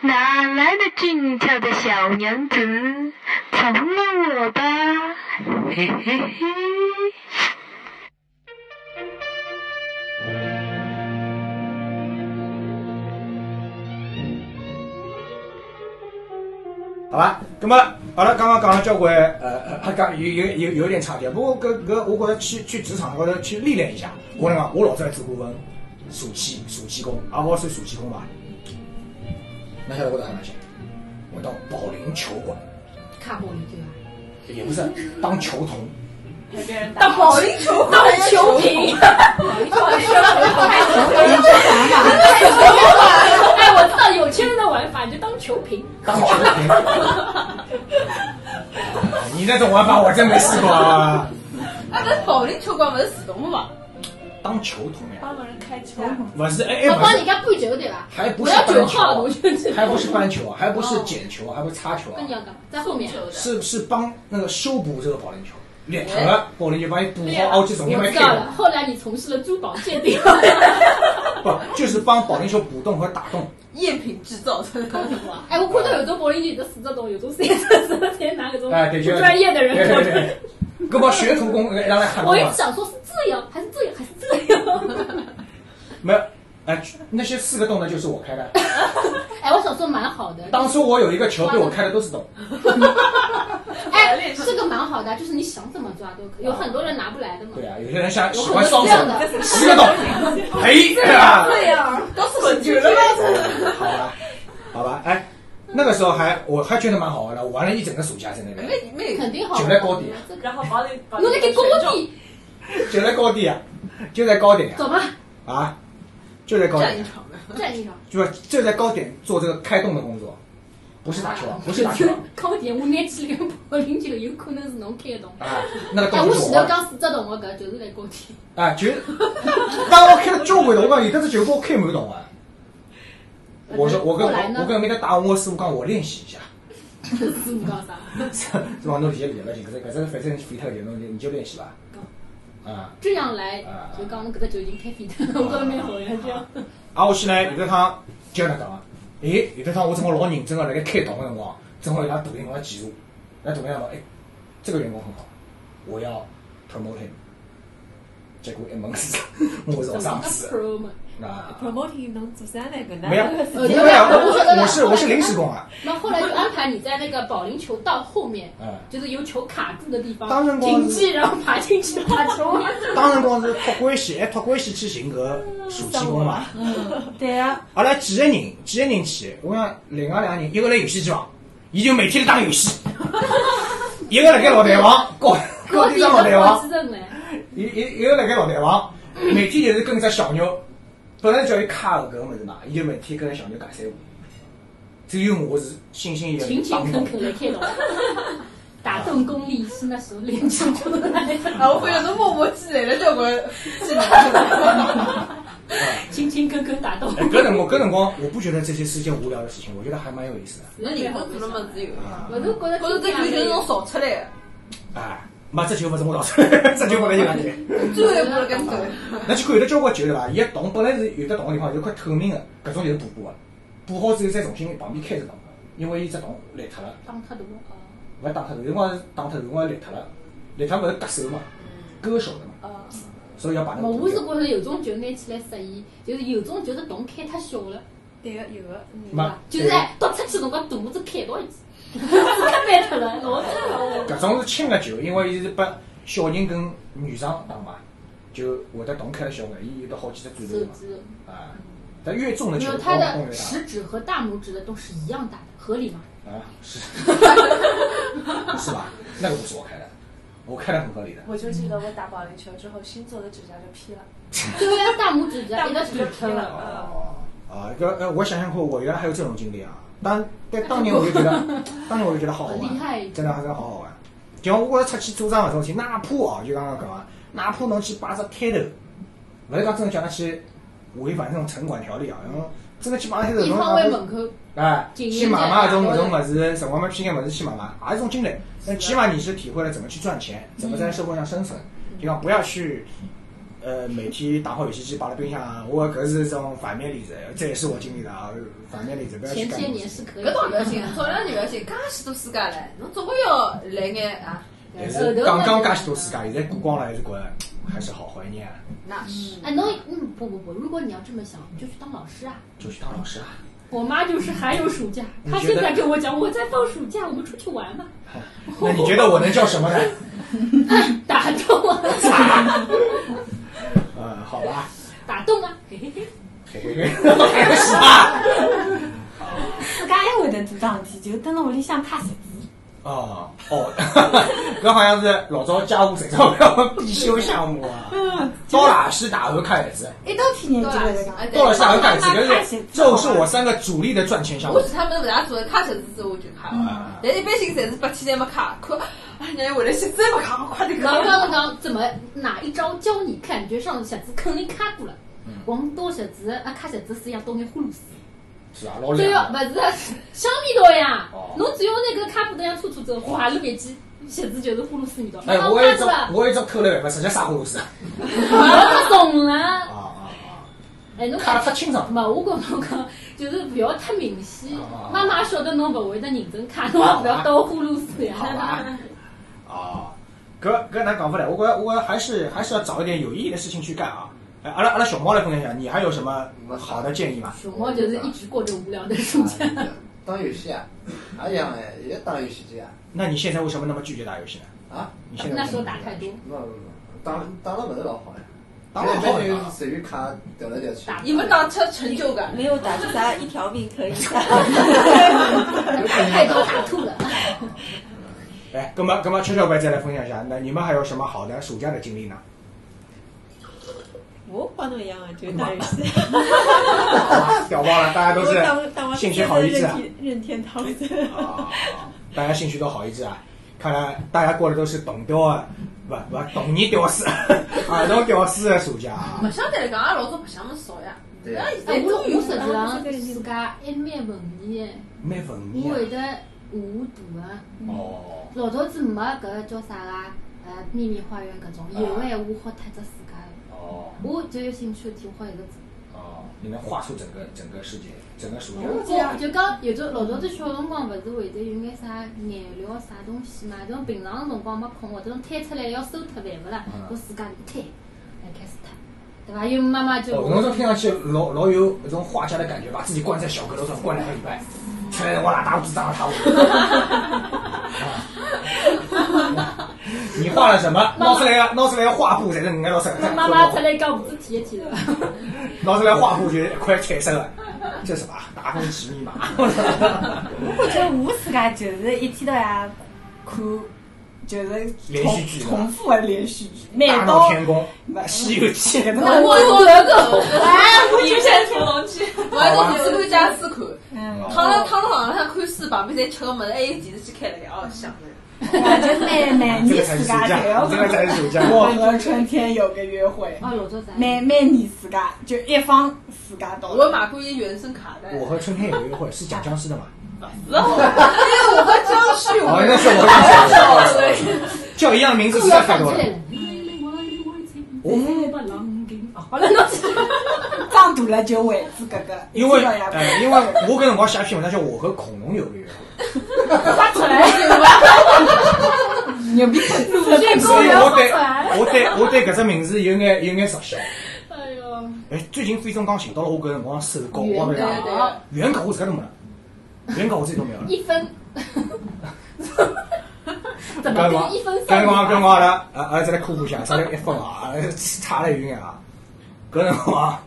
哪来的俊俏的小娘子？宠了我吧，嘿嘿嘿。好吧，咁啊，阿拉刚刚讲了交关，呃，呃讲有有有有点差别，不过搿搿我觉着去去职场高头去历练一下，我讲我老早还做过份暑期暑期工，也勿好算暑期工伐？侬晓得我到哪里去？我到保龄球馆，卡玻璃对吧？也不是当球童，当保龄球当球瓶，哎，我知道有钱人的玩法，你就当球瓶。当球童。你那种玩法我真没试过啊！啊，搿保龄球馆勿是自动的嘛？当球童呀，帮人开球，不是哎哎我不帮是人，家布酒对吧？还不啊我是要搬九号，球啊我，就去。哦还不是搬球，啊还不是捡球，还不是擦球啊那，你要干嘛？在后面。是是帮那个修补这个保龄球，练成了保龄球帮你补好，凹去重新哎我来知配道了合。，后来你从事了珠宝 鉴定。不就是帮保龄球补洞和打洞。赝品制 造出来的。哎，我看到有种柏林球，有的死这种，有种谁这这天拿个种哎，对，嗯不就是专业的人对过对来。对，搿帮学徒工让来喊 我一嘛直。想说是这样，还是这样，还是 这样。没有，哎，那些四个洞呢，就是我开的。哎，我想说蛮好的，当初我有一个球被我开的都是洞，嗯哎，这个蛮好的，就是你想怎么抓都可以，有很多人拿不来的嘛。对啊，有些人像有喜很欢双多这手样，的，十个洞，哎嘿，对吧？搞什么球了吗？好吧，好吧，哎，那个时候还我还觉得蛮好玩的，我玩了一整个暑假在那边，没没肯定好。就在高地，这个然后保龄，保我龄那个球高地，就在高地啊，就在高点啊，走吧，啊，就在高占点一，场的，站地上。就是就在高点做这个开洞的工作，不是打球啊，不是打球啊高点，我拿起来个保龄球，有可能是侬开的洞。啊，那个哎，洞我就是我前头玩的讲四只洞，我搿就是在高点。啊，就当我开了交关洞，我讲有的是球给我开满洞啊，我说我跟后来我呢我跟那个打我师傅讲，我练习一下。师傅讲啥？是吧？侬理解理解了，就搿只搿只反正废脱了，就侬就你就练习吧。啊，这样来就讲侬搿只球已经开飞的，我觉着蛮好呀，这样。啊，我现在有的趟就要讲啊，诶，有的趟我正好老认真个，辣盖开动个辰光，正好伊拉大领导技术，那大领导讲，诶，这个员工很好，我哎要 promote him。结果一问是，我是学生子 pro 嘛，啊， promoting 能做啥呢？搿哪没有，能没有，我我是我是临时工啊，那后来就安排你在那个保龄球道后面，嗯，就是有球卡住的地方，当辰光停机，然后爬进去爬球。当辰光是托关系，还托关系去寻搿暑期工嘛。对啊，阿拉几个人，几个人去，我讲另外两个人，一个辣游戏机房，伊就每天打游戏；一个辣盖老台房，搞搞高地点上老台的哦高房，级人哎，一一一个辣盖老台房，每天也是跟只小妞，本来叫伊卡搿个物事嘛，伊就每天跟着小妞尬三胡。只有我是心心一勤意勤打恳工，恳的开动。打动功力是那时候练成出来的，啊， 我发现侬默默积累了交关技能。勤勤恳恳打动。哎搿辰光，搿辰光，我不觉得这些是件无聊的事情，我觉得还蛮有意思的。 那你工做了么子有？啊我都觉得我说这挺球就是好侬造出来的，啊，没这球勿是我老早， 这球勿是伊拉队。最后一步辣盖头。 那去看有的交关球对伐？伊个洞本来是有的洞个地方有块透明的，搿种就是补过的，补好之后再重新旁边开只洞，因为伊只洞裂脱了，当他的我啊，勿是打脱，有辰光是打脱，有辰光裂脱了，裂脱勿是割手嘛，割手的嘛，所以要把那个哦我补我是掉。觉着有种球拿起来适宜，就是有种就是洞开太小了，对个有个，嗯嘛，就是哎到出去辰光大拇指开到一记，太慢脱了，老真了。搿种是轻个球，因为伊是拨小人跟女生打嘛，就会得洞开了小个，伊有得好几只转手头嘛，指啊，但越重的嗯没球有，包它动的越食指和大拇指的都是一样大的，合理吗？大啊， 是是吧？那个不是我开的，我开的很合理的。我就记得我打保龄球之后，新做的指甲就劈了，对啊，大拇指只要大一个拇指指就劈头了。了。嗯哦，啊，个呃，我想想看，我原来还有这种经历啊。当但当年我就觉得，当年我就觉得好好好厉害玩，真的真的好好玩。就像我出去做桩搿种事体，哪怕哦，就刚刚讲啊，哪怕侬去摆只摊头，勿是讲真的叫他去违反那种城管条例啊，然后真的去摆摊头，一侬方位门口，哎，景去园买街买搿种啊搿种物事，辰光嘛偏眼物事去买买，也是一种经历。嗯但起码你是体会了怎么去赚钱，怎么在社会上生存。就讲不要去呃，每天打好游戏机摆辣冰箱，啊我搿是一种反面例子，这也是我经历的啊，反面例子，不要去前干些这种年事是情。可以搿的，倒勿要紧，照样是勿要紧，介许多世界唻，侬总归要来眼啊，但后头是刚刚呢介许多世界，现在过光了，还是觉得还是好怀念啊，那是。哎，侬嗯不不不，如果你要这么想，你就去当老师啊。就去当老 师啊。我妈就是还有暑假，你她觉现得在跟我讲，我在放暑假，我们出去玩 吧，那你觉得我能叫什么呢？ 打洞啊，嗯，好吧， 打洞啊，嘿嘿嘿，嘿嘿嘿，是吧？自家还会得做桩事体，就蹲辣屋里向拍石子。哦 哦，搿好像是老早家务手账必修项目啊。到哪是哪会看日子，一到天热就会得讲，哎，对到哪是哪会看日子，搿是这是我三个主力的赚钱项目我。其他物事勿大做的，卡车子之后我就卡了，但一般性侪是白天侪没卡，看，哎，让人回来歇再没卡，我快点老卡。 刚刚怎么哪一招教你看？觉上小子肯定看过了。嗯王多小子啊，看小子是要东西呼噜死，是啊，老对两呀，个不是香米多呀哦，侬只要那个卡布灯样吐出走，哗了别记，小子就是呼噜死你的，哎，刚我也看只过了，我也只抠了万把，直接杀葫芦丝啊我懂啊了。啊！哎，侬看了太清爽了。没，我跟侬讲，就是不要太明显哦。妈妈晓得侬不会得认真看，侬也不要倒呼噜丝好吧呀。。哦，搿搿哪讲法嘞？我觉得我觉得还是还是要找一点有意义的事情去干啊。哎，阿拉阿拉熊猫来分享一下，你还有什么好的建议吗？熊猫就是一直过着无聊的暑假， 打游戏啊，也一样哎，也打游戏机啊。那你现在为什么那么拒绝打游戏呢？啊，你现在那时候打太多，没没没，打打了勿是老好呀。打了好现在点就。是属于卡调来调去。打伊没打出成就感，没有打出啥一条命可以打。有可 能太多打打吐了。哎，葛么葛么，跷跷白再来分享一下，那你们还有什么好的暑假的经历呢？我帮侬一样啊，就是打游戏。 好吧屌爆了，大家都我是打打完兴趣好一致啊任天任天堂的。啊，大家兴趣都好一致啊。看来大家过的都是本屌的，不不，童年屌丝，儿童屌丝的暑假啊。白相对来讲，阿拉老早白相么少呀。对哎，哎，现在我终于我实际上自家还蛮文艺蛮文的，艺啊我会得画画图啊。哦，老早子没搿叫啥个呃秘密花园搿种，有闲话好脱只世界的。哦我只有兴趣的体会一个做。哦，你能画出整个整个世界，整个暑假。我就讲有种老早子小辰光，勿是会得有眼啥颜料啥东西嘛？种平常辰光没空，或者侬摊出来要收脱烦勿啦嗯？我自家就摊，来开始摊，对伐？因为妈妈就哦，侬这听上去老老有那种画家的感觉，把自己关在小阁楼上关两个礼拜，出来哇啦大胡子，大啦大胡子。 啊 你画了什么？拿出来个，拿出来个画布，才是五颜六色的。妈妈出来讲物事体一天 了，拿出来画布就是一块彩色的，这是什么？达芬奇密 码。我觉得我自家就是一天到夜看，就是连续剧重重复的连续剧，每大闹到天宫、西游记，那我哎我来个，哎，我就想听侬去。我还到图书馆借书看。嗯，躺辣躺辣床上看书，旁边侪吃个物事，还有电视机开了盖，哦，香的。我觉得每每这个年才是自暑家假侪要，这个才是暑假。我和春天有个约 会，哦，老早子还每每年自家就一方自家到。我买过伊原声卡带，哎我和春天有约会是讲僵尸的嘛？我和张旭哦，文那是我讲僵尸，叫一样的名字实又要在太放多起了来。了。我把狼给咬了，侬长大了就会是搿个，因为一天到夜哎，因为我跟辰光写篇文章叫《我和恐龙有个约会发出来，牛逼！》，所以我对我对我对搿只名字有眼有眼熟悉。 哎呦，哎，最近飞中刚寻到了我搿辰光手稿，我勿对对讲对，原稿我自家都没了，原稿我自己都没有了。一 分，怎么跟就我一分跟算我法跟我阿拉呃阿拉再来科普一下，啥叫一分啊？ 差了有眼啊！搿辰光，啊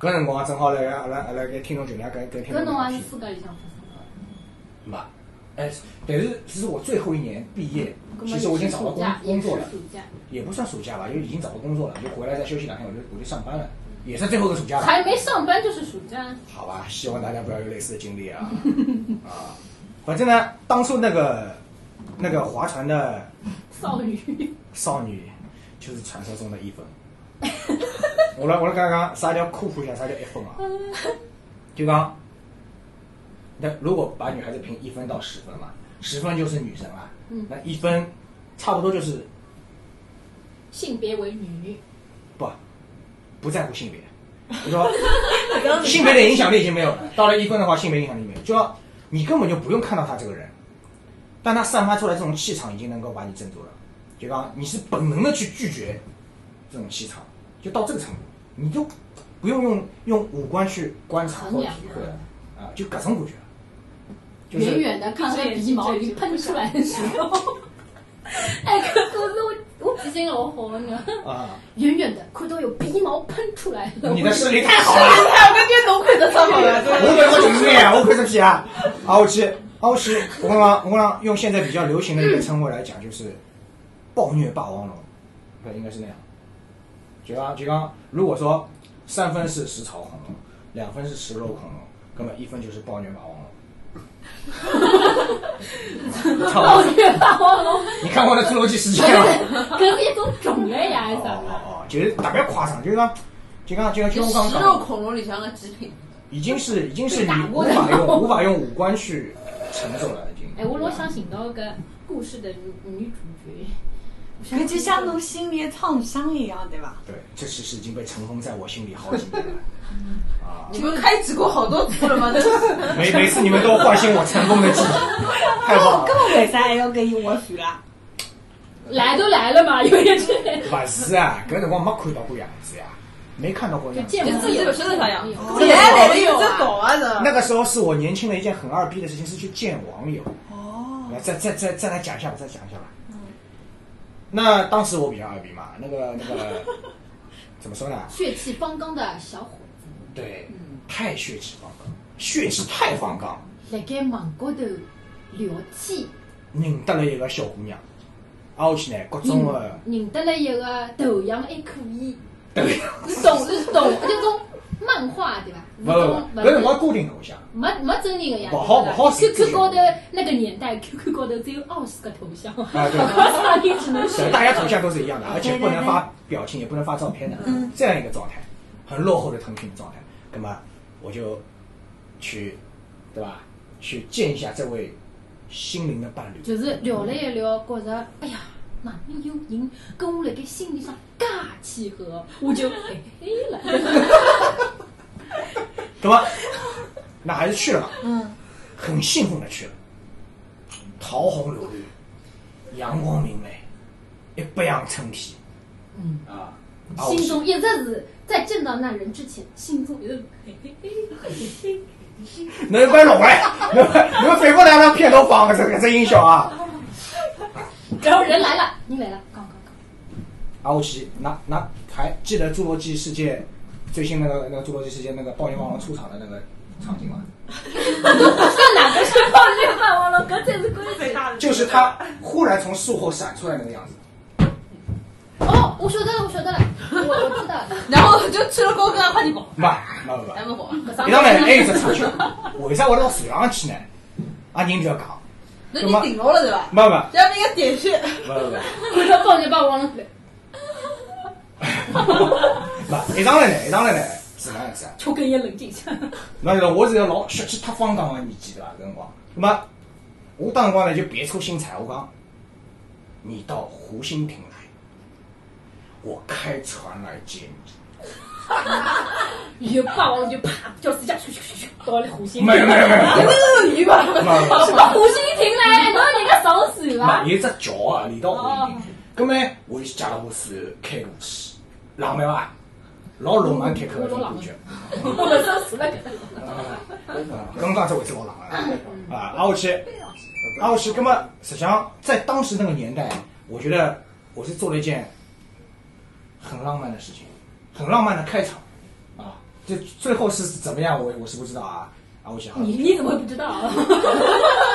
搿辰光正好辣盖阿拉阿拉搿听众群里跟跟听搿众侬聊也天是自家里向发生的。没，哎，但是是我最后一年毕业，嗯其实我已经找到工工作了，也不算暑假吧，就已经找到工作了，就回来再休息两天，我就我就上班了，也是最后一个暑假了。还没上班就是暑假，好吧，希望大家不要有类似的经历啊啊！反正呢，当初那个那个划船的少女。少女就是传说中的一分。我来，我来刚刚啥叫科普一下，啥叫一分啊？就讲，那如果把女孩子评一分到十分嘛，十分就是女神啊，嗯那一分差不多就是性别为女，不不在乎性别。我 说性别的影响力已经没有了，到了一分的话，性别影响力没有，就要你根本就不用看到他这个人，但他散发出来这种气场已经能够把你镇住了，就刚你是本能的去拒绝这种气场，就到这个程度，你就不用用用五官去观察或衡体量会了啊，就搿种感觉，就是远远的看到鼻毛已经喷出来的时候，哎，搿故事我我记性老好的呢， 啊，远远的看到有鼻毛喷出来的，你的视力太好了。哎，我感觉侬看得出好了，我 对本我就是哎，我看这批啊，啊我去，啊我去，我刚刚我刚刚用现在比较流行的一个称谓来讲，就是暴虐霸王龙，对，应该是那样。就刚就刚，如果说三分是食草恐龙，两分是食肉恐龙，那么一分就是暴虐霸王龙。操 暴虐霸王龙，你看我的侏罗纪 世界吗？搿是一种种类呀，还哦是啥哦个？哦，就是特别夸张，就是讲，就讲就讲就就我刚食刚肉讲。恐龙里向的极品，已经是已经是被你打无过的法 那用种无法用五官去承受了，已经。哎，我老想寻到搿故事的女女主角，搿就像侬心理的创伤一样，对伐？对，这事是已经被尘封在我心里好几年 了。啊，你们开启过好多次了吗？都是每每次你们都唤醒我尘封的记忆，太棒搿了。么为啥还要跟伊划船啦？来都来了嘛，有一只不是啊，搿辰光没看到过样子呀，没看到过就样子。见自己不晓得啥样，哦现在来了有这搞啊的，那个时候是我年轻的一件很二逼的事情，是去见网友。哦，来，再再再再来讲一下吧，再讲一下吧。嗯那当时我比较二逼嘛，那个那 个怎么说呢？血气方刚的小伙对，太血气方刚，血气太方刚。子，辣盖网高头聊天，认得了一个小姑娘，挨下去呢，各种的认得了一个头像还可以，是懂是懂，就种漫画对伐？不嗯不不，搿辰光固定头像，没没真人个呀不好不好是 QQ 高头那个年代，QQ 高头只有二十个头 像，啊对啥人只能对选。大家头像都是一样的，而且不能发表情，也不能发照片的，这样一个状态，很落后的腾讯状态。那么我就去，对吧？去见一下这位心灵的伴侣。就是聊了一聊，觉着哎呀，哪能有人跟我辣盖心理上介契合，我就哎嘿嘿了。对吧？那还是去了嘛，嗯，很兴奋的去了，桃红柳绿，阳光明媚，一不扬称体，嗯啊，啊我心去中一直是在见到那人之前，心中一直嘿嘿嘿嘿嘿。能不能拢哎？能不能能反过来让片头放个这个这音效啊？然后人来了，你来了，刚刚刚，啊，我去，那那还记得《侏罗纪世界》最新那个那个《侏罗纪世界》那个暴力王出场的那个场景吗？这哪个是暴力霸王龙？搿才是关键。就是他忽然从树后闪出来那个样子。哦，我晓得了，我晓得了，我我知道了。然后就去了高跟快点跑，哎不不不不，还没跑，一上来还有一只插 曲，为啥会到船上去呢？啊，人就要讲，那你顶牢了对吧？没没要不应该点穴，没没 看到暴力霸王龙，没，一上来呢，一上来呢，是哪样子啊？抽根烟冷静一下。 那个我是个老血气太方刚的年纪对伐？搿辰光，那么我当辰光呢就别出心裁，我讲你到湖心亭来，我开船来接你。然后霸王龙就啪叫死下去，去去去，到了湖心亭没有没有没 有，鳄鱼吧，没有没有什么湖心亭嘞？侬人家上水嘛伐？有一只桥啊，连到湖里面。咁么我就借了部船开过去，浪漫伐？老浪漫开口的一种感觉。我们上水了搿搭。刚刚才为止老浪漫啊！啊，我去，啊我去，那么实际上在当时那个年代，我觉得我是做了一件很浪漫的事情，很浪漫的开场啊。这最后是怎么样，我我是不知道啊。啊，我想你你怎么不知 道啊？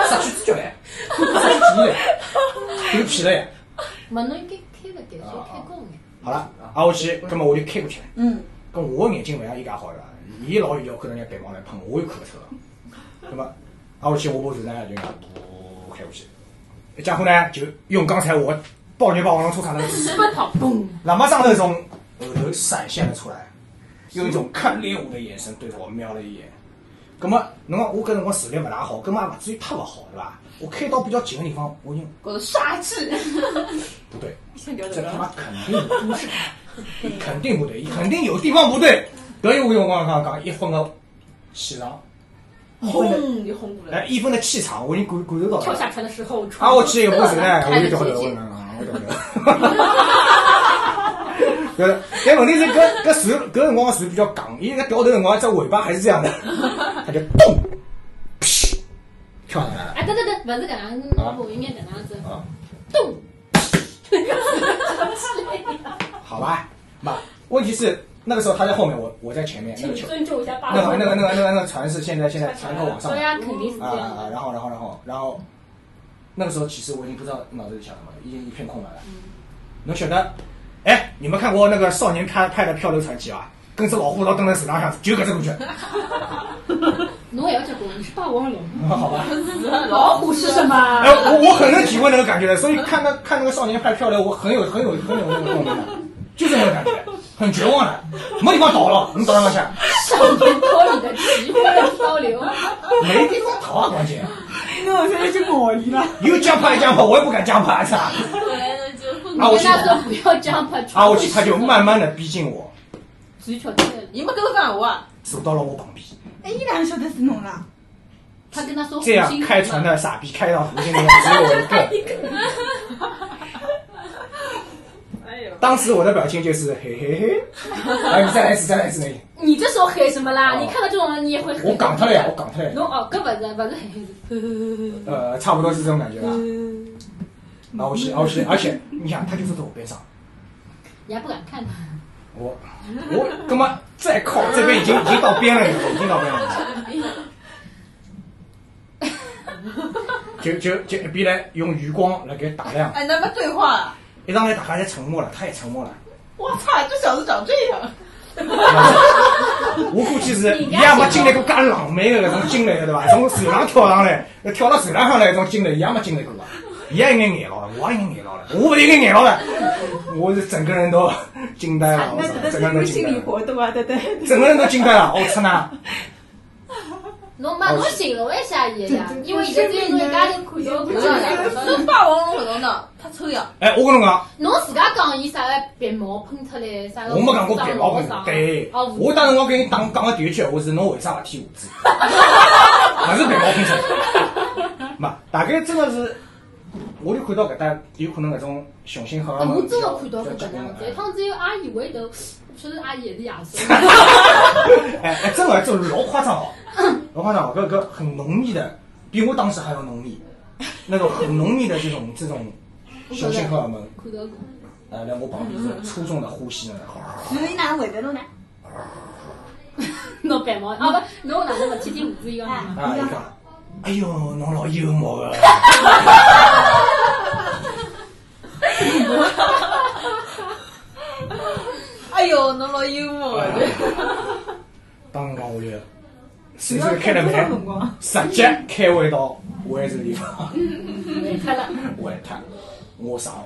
啥去主角嘞？啥去主角嘞？牛皮了呀！嘛，侬应该开个点数开高眼。好了，啊我去，那么我就开过去了。嗯，跟我眼睛勿像伊介好个，伊老远就看到人家白毛来喷我，我又看勿出了。那么，啊，我去，我部船呢就讲呜开过去，一家伙呢就用刚才我暴虐霸王龙出场的姿势，奔跑，嘣！喇嘛上头从后头闪现了出来，用一种看猎物的眼神对着我瞄了一眼。那么，侬讲我搿辰光视力勿大好，搿嘛勿至于太勿好，对伐？我开到比较近个地方，我已经我的杀气，不对，先聊这得他了。妈肯定不是他，肯定不对，肯定有地方不对。搿一回我刚刚讲一分个气场，哦嗯轰就轰过来哎，了，一分的气场我已经感感受到跳了。下船的时候，啊，我去以后回来，我看就着晓得，姐我姐讲啊，我晓得。 搿，但问题是搿搿船搿辰光船比较戆，伊搿掉头辰光，这尾巴还是这样的，它就咚，噗， 跳上来了啊，等等等，不是搿样子，老婆应该搿样子，啊。咚， 好吧，妈，问题是那个时候他在后面，我我在前面，请那个你球，尊重一下爸那个 爸。那个那个那个那个船是现在现在船头往上所以啊，肯定是这啊样啊，的。然后然后然后然后，那个时候其实我已经不知道脑子里想什么了，已经一片空白了。侬晓得，哎，你们看过那个少年派派的《漂流传奇》吧？跟只老虎头蹲在水浪上，就搿只感觉，侬还要结棍，你是霸王龙。 好吧？老虎是什么？哎，我我很能体会那个感觉的，所以看那看那个少年派漂流，我很有很有很有那个共鸣的，就是那个感觉，很绝望的，没地方逃了，你倒来倒去，啊少年脱离的奇幻漂流，没地方逃啊，关键 那我现在就熬夜了。又 jump 一 jump，我也不敢 jump 啊，是吧？你啊，我跟去，他说不要 jump，啊，我去，他就慢慢的逼近我，嘴角贴了，伊没跟我讲闲话，走到了我旁边，哎，伊哪能晓得是侬啦？他跟他说这样开船的傻逼开到湖心里面只有我 一个。哎呦，当时我的表情就是嘿嘿嘿， 哎，你再来一次，再来一次那里，你这时候黑什么啦？哦你看到这种人你也会黑？我港他了呀，我港他了呀，侬哦，搿勿是勿是黑，呃，差不多是这种感觉吧。嗯然后我去，然后我去，而且你想，他就坐在我边上，你还不敢看他。我我干嘛再靠这边已经已经到边了，已经到边了。就就就一边来用余光来给打量，哎，那没对话，一上来大家就沉默了，他也沉默了。 我操，这小子长这样，我估计是伊也没经历过介浪漫的搿种经历的，对伐？从船上跳上来，跳到船浪上来搿种经历，伊也没经历过啊。伊也应该眼牢了，我也应该眼牢了，我勿应该眼牢了，我是整个人都惊呆哎了，我那操这整是个因人都为惊心呆理了，活动啊，对对。整个人都惊呆 了，哦啊我操呐！侬妈哦侬形容一下伊呀对，对因为现在只有人家就看到不搿是种人。是霸王龙搿种的，他抽样，哎，我跟侬讲，侬自家讲伊啥个鼻毛喷出来，啥个我没讲过别老胡本子长，对哦，，我当辰光跟你讲讲的第一句闲话是侬为啥勿剃胡 子？勿是别老本身，嘛，大概真的是，我就看到搿搭有可能搿种雄性荷尔啊蒙我比真较。的看到过比较啊搿结能棍样了子，一趟只有阿姨回头，不晓得阿姨还是爷叔。哎哎，真的，这老夸张 哦，老夸张哦，搿搿很浓密的，比我当时还要浓密，那种很浓密的这种这种雄性荷尔蒙，看到过，呃，来我旁边是粗重的呼吸呢，啊侬伊哪能会得侬呢？ 侬鼻毛啊不，侬哪能勿去剃胡子一样的嘛？啊，伊讲，哎哟，侬老幽默啊个，哎呦，侬老幽默的，当辰光我就，随哎手开了门，直接开回到回这个地方，对，看了，回他，我上，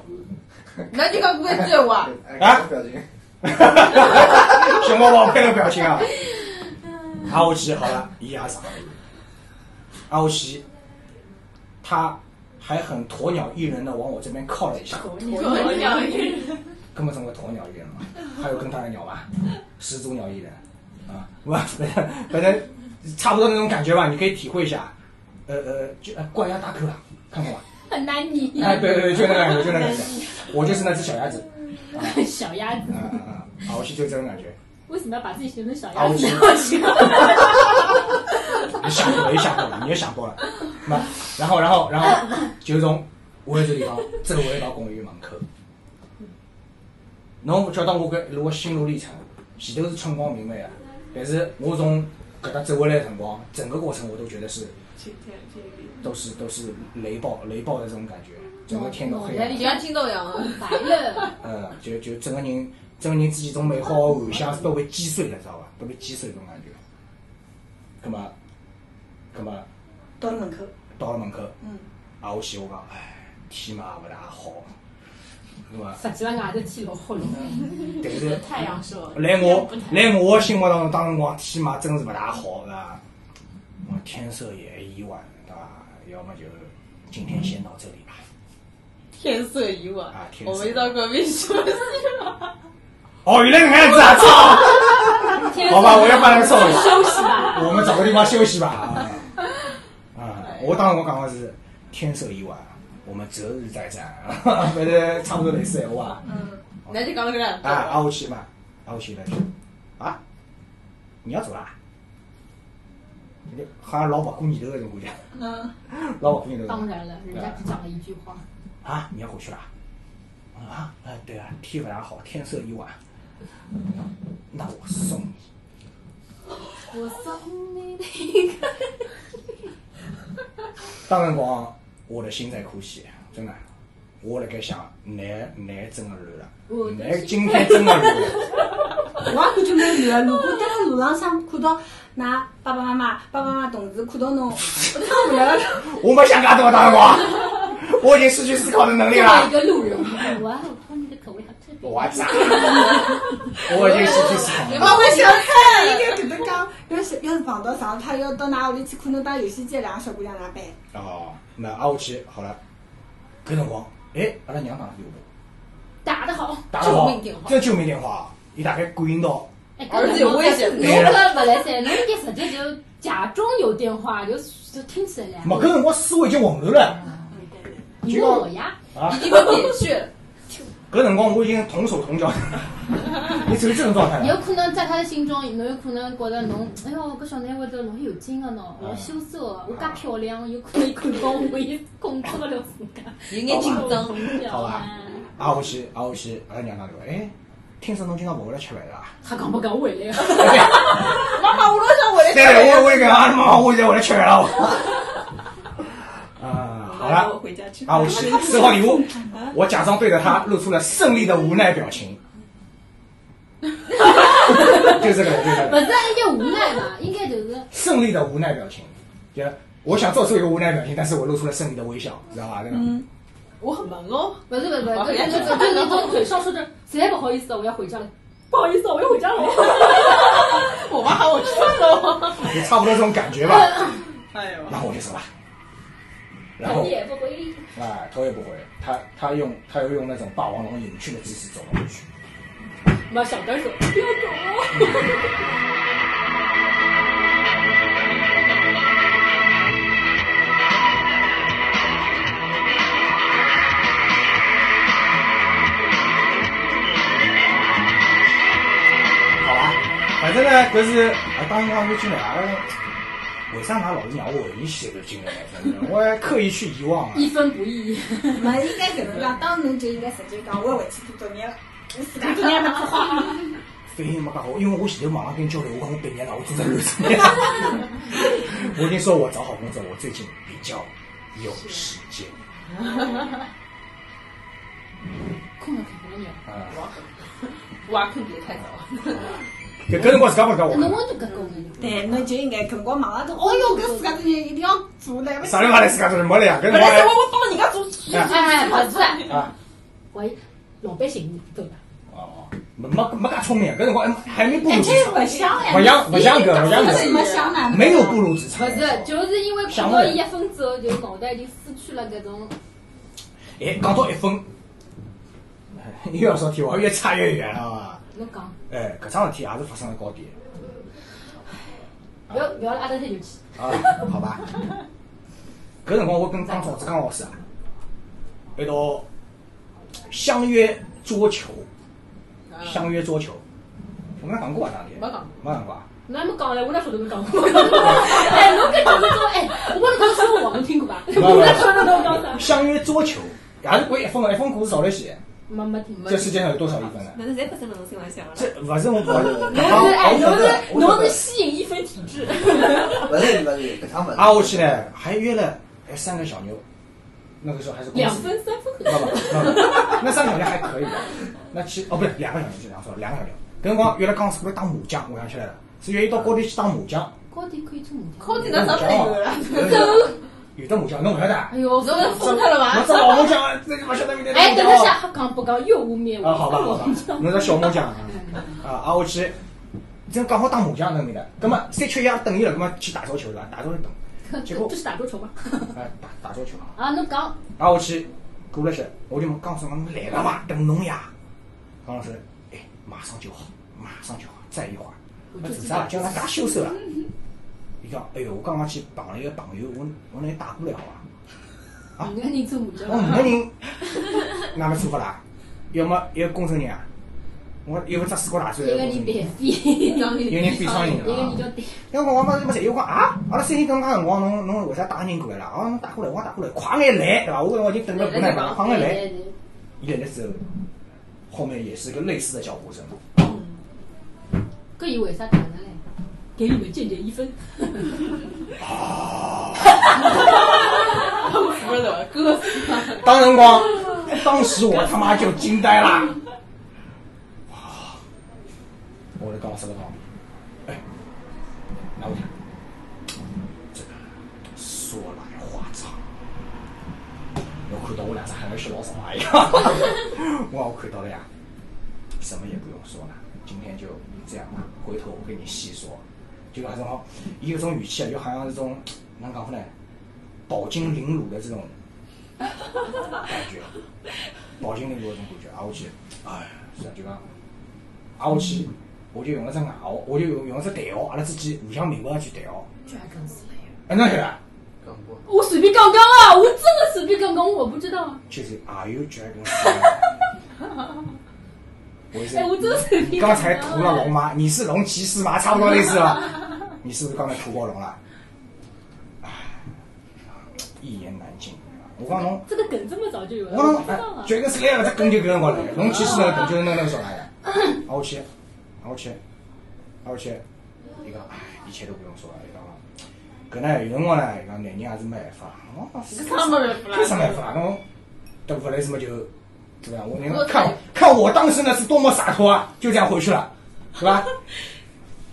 那就讲过一句闲话，啊，表情，熊猫宝贝的表情啊，阿武奇好了，伊也上，阿武奇，他还很鸵鸟依人的往我这边靠了一下，哎我 讲一句根本成为鸵鸟依人了嘛，还有更大的鸟吧，始祖鸟依人，啊，我反正差不多那种感觉吧，你可以体会一下，呃呃，就呃怪鸭大哥啊，看过吧？很难你哎，对对对，就那个感觉，就那个感觉，我就是那只小鸭子，小鸭子啊，啊啊，阿武奇就这种感觉。为什么要把自己形成小啊，鸭我子？ 你想过了，也想过了，你也想过了。那然后，然后，然后，就是从我这地方走回到公寓门口。侬晓得我搿一路个心路历程，前头是春光明媚啊，但是我从搿搭走回来的辰光，整个过程我都觉得是都是都是雷暴雷暴的这种感觉，整个天都黑脑袋了里。就像听到一样的，白了，呃，就就整个人，整个人自己种美好的幻想都被击碎了，知道伐？都被击碎这种感觉。葛么，葛么到了门口，到了门口，嗯，啊，我媳妇讲，哎，天嘛勿大好，葛么，实际上外头天老好了。但是太阳说，来我来我的心目当中，当辰光天嘛真是勿大好，是伐？我天色也已晚，对伐？要么就今天先到这里吧。天色已晚啊天色已晚我没到过为什么？哦，哦，原来是这样子啊！操，天好吧，我要帮人送一下。休息吧。我们找个地方休息吧。啊，啊我当时我讲的是天色已晚，我们择日再战， 反正差不多类似闲话。那就讲了搿啊，两句。阿武去嘛，阿武去了，啊，你要走啦？你好像老不过年头的辰光讲，嗯，老不过年头的。当然了，人家只讲了一句话，啊，你要回去啦？啊，哎，对啊，天不大好，天色已晚。那我送你。 我送你的一个。当辰光，我的心在哭泣，真的。我辣盖想，男男真的乱了，男今天真的乱了。我也感觉蛮乱的。如果当时路浪向看到㑚爸爸妈妈、爸爸妈妈同事看到 侬，我当然了。我没想介多，当辰光，我已经失去思考的能力了。个路人， 哇，我看你的口味好特别。我 操！我已经失去思考你能力帮了。我想应看。该搿能讲，要是要是碰到上趟要到㑚屋里去，可能当游戏机两个小姑娘哪办？哦，那阿武去好了，搿辰光，哎，阿拉娘打了电话，打得好，打了好救命电，话这救命电话，伊大概感应到。哎，儿子有危险侬搿勿来三，侬应该直接就假装有电话，就就听起来没，搿辰光思维已经混乱了你问我呀，啊！已经被点穴了，搿辰光我已经同手同 脚，你处于这种状态有了。可能在他的心中，侬有可能觉得侬，哎哟，搿小男孩会得老有劲个喏，老羞涩个，我介漂亮，有可能伊看到我，伊控制勿了自家，有眼紧张。好吧阿武去，阿武去，阿拉娘打电话，哎，听说侬今朝勿回来吃饭是伐？他讲不讲回来啊？妈妈，我老想回来吃对，饭。我我也讲阿拉妈，我现在回来吃饭 了。啊，好妈妈我了，回家去。阿武去收好礼物，我假装对着他露出了胜利的无奈表 情。就这个，就这勿个，是，应该无奈嘛，应该就是胜利的无奈表情，就是我想做出一个无奈表情，但是我露出了胜利的微笑，知道吧？这个。嗯我很忙哦。不是不是不是，就就就就你从嘴上说着，实在不好意思，我要回家了。不好意思，我要回家了。我妈喊我吃饭了。就差不多这种感觉吧。哎呦，哎然后我就走了，然后不回。啊，头也不回，他他用他又用那种霸王龙隐去的姿势走了回去。妈小白鼠，不要走哦。好吧，反正呢，搿是啊，当时我就进来啊。为啥㑚老是让我回忆起这个经历呢？真的我还刻意去遗忘啊。一分不一，没应该搿能讲，当时侬就应该直接讲，我要回去做作业了，我自家作业没做好。反应没介好，因为我前头马上跟你交流，我讲我毕业了，我做着乱作业。我已经说我找好工作，我最近比较有时间困了肯定有。啊。挖坑别太早。搿搿辰光自家勿讲侬我，我就搿个对，侬就应该搿辰光忙啊，都哦哟，搿自家作业一定要做嘞，勿啥人话来自家做没来呀？搿辰本光还来是我我帮人家做事。哎哎，不是，啊。喂，老板寻你对吧？哦，没没没介聪明，搿辰光还还没步入哎，职这场，勿像哎，勿像勿像搿勿像自己没搿，想呢，没有步入职不场。是，就是因为看到一分之后，就脑袋已经失去了搿种。哎，讲到一分，又要说题外，越差越远了啊。侬讲，哎，搿桩事体也是发生了高点不要不要阿搭太牛气。啊，好吧。搿辰光我跟张枣子刚老师啊，一道相约桌球，相约桌球。我跟他讲过啊，当天没讲没讲过啊。侬还没讲嘞，我哪晓得侬讲过？ 哎，侬搿讲种，哎，我帮侬讲说话，侬听过伐？ 我哪晓得侬讲啥？相约桌球也是归一分的，一分股是少来些。没没听。这世界上有多少一分呢？哪能侪发生了侬身浪向了？这不是我不是，侬是哎，侬是侬是吸引一分体 质。不是不是，搿趟勿是。啊，我去呢，还约了还三个小妞，那个时候还是公两司，分、三分不不不不，那三个小妞还可以，那去哦不对，两个小妞就两说两个小妞，搿辰光约了江苏过来打麻将，我想起来了，是约伊到高头去打麻将，高点可以做麻高点哪啥没有了？有的麻将侬勿晓得啊，哎呦，侬要疯脱了我伐？这老麻将，这勿晓得明天哎，等一下，他讲不讲又污蔑我？啊，好吧， 好吧，侬只小麻将啊，啊，我去，真讲好打麻将那面的，葛么三啊缺一也等伊了，葛么去打桌球是吧？打桌球等，结果这是打桌球吗？哎打打桌球啊，啊，侬讲，啊，我去过了些，我就问江老师，我们来了伐？等侬呀。江老师，哎，马上就好，马上就好，再一会儿。我做啥？叫他介羞涩啊！伊讲，哎哟，我刚刚去碰了一个朋友，我我拿伊带过来好伐？五个人做麻将啊我五个人， 哪能做法啦？要么一个工程人啊，我一个只四角大一专，个人比比，一个人比上人一个人啊叫。对，那我讲，么侪有讲啊，阿拉三天等介辰光，侬侬为啥带个人过来啦？哦，侬带过来，我带过来，快眼来，对伐？我搿辰光已经等了无奈烦，快眼来。对对伊来了之后，后面也是一个类似的叫呼声。搿伊为啥打呢嘞？给你们见解一分。 不是的，哥当辰光，当时我他妈就惊呆啦！哇！我就告诉了他，哎，拿我看，这个说来话长。我看到我两只还是老少阿姨，哇，我看到了呀，什么也不用说了，今天就这样吧，回头我跟你细说。就那种，伊有种语气啊，就好像是种哪能讲法呢，饱经凌辱的这种感觉，脑筋里有一种感觉，挨下去，哎，实际上挨下去，我就用了只外号，我就用用了只代号，阿拉之间互相明白地去代号。居然跟死了呀！哎，那是啊，讲过。我随便讲讲啊，我真的随便讲讲，我不知道啊。就是 Are you dragon？我是 哎，我真的随便刚讲讲啊。才屠了龙吗？你是龙骑士吗？差不多类似吧？你是不是刚才屠过龙了？哎，一言难尽。我讲侬，这个梗这么早就有了，我讲我侬知哎道啊。 ，dragon slayer 这梗就搿辰光来了，龙骑士那个梗就是那那个啥来的。啊，我去，啊我去，啊我去，伊讲，哎，一切都不用说了，伊讲。搿呢，有辰光呢，伊讲男人也是没办法。我讲是啥没办法啦有啥办法？侬对不来什么就，对吧？我你我看看我当时呢是多么洒脱啊，就这样回去了，是吧？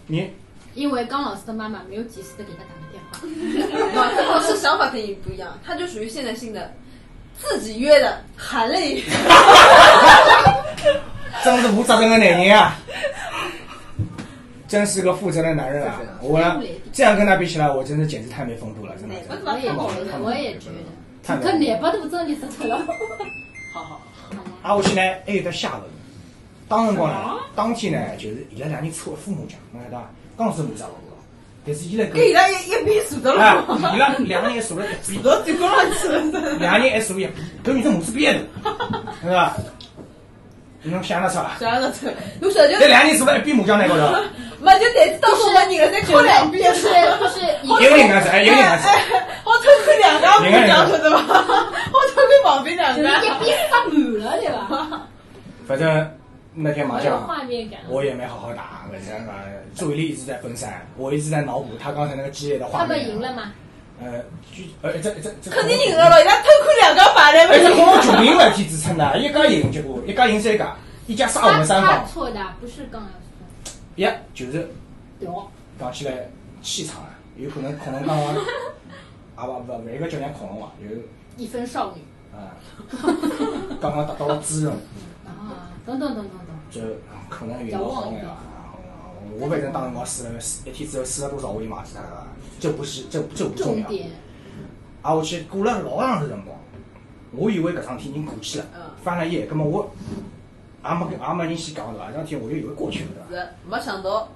你因为刚老师的妈妈没有及时的给他打个电话，哇，跟老师想法跟你不一样，他就属于现代性的，自己约的含泪约。真是无责任的男人啊！真是个负责任的男人啊！我呢这样跟他比起来，我真的简直太没风度了，真的。真的我也觉得，我也觉得，可难不都真的是出了。 好好，啊，我现在还有得下文。当辰光呢，当天呢，就是伊拉两人搓一副麻将，侬晓得伐？刚是没啥勿过，但是伊拉跟伊跟拉一一边数着哎了，，伊拉两个人还坐了一边，都最高上去了。两人还坐了一边，搿女生母子憋的， 是伐？侬想得出 伐？想得出，侬晓得就这两个人坐了一边麻将台 高头，没就台子当中没人了，再靠两边就。是就是一一个人搿子，哎，一个人搿子，哎，我偷看两家不讲晓得吧？我偷看旁边两就是家。一边塞满了，对吧？反正那天麻没有将。啊画面感。我也没好好打，反正啊，注意力一直在分散，我一直在脑补他刚才那个激烈的画他面。啊们赢了？吗？呃，就呃，这这这肯定赢了了，人家偷看两家牌来哎，这没？光九零问题支撑的，一家赢结果一家赢三家，一家杀我他们三他方，哎错的，不是刚老师。呀，就是屌，讲起来气场啊，有可能恐龙刚刚， 啊不不不，一个叫人家恐龙啊，有一分少 女。啊，刚刚达到了滋润， 啊，懂懂懂懂懂。就可能有老好眼啊。我反正当辰光试了，一天之后试了多少我也忘记掉了，这不是这这不重重要。点，啊，我去过了老长时辰光，我以为搿桩事体已经过去了，翻了页，葛末我也没跟也没人先讲对伐？搿桩事体我就以为过去了对伐？是，没想到，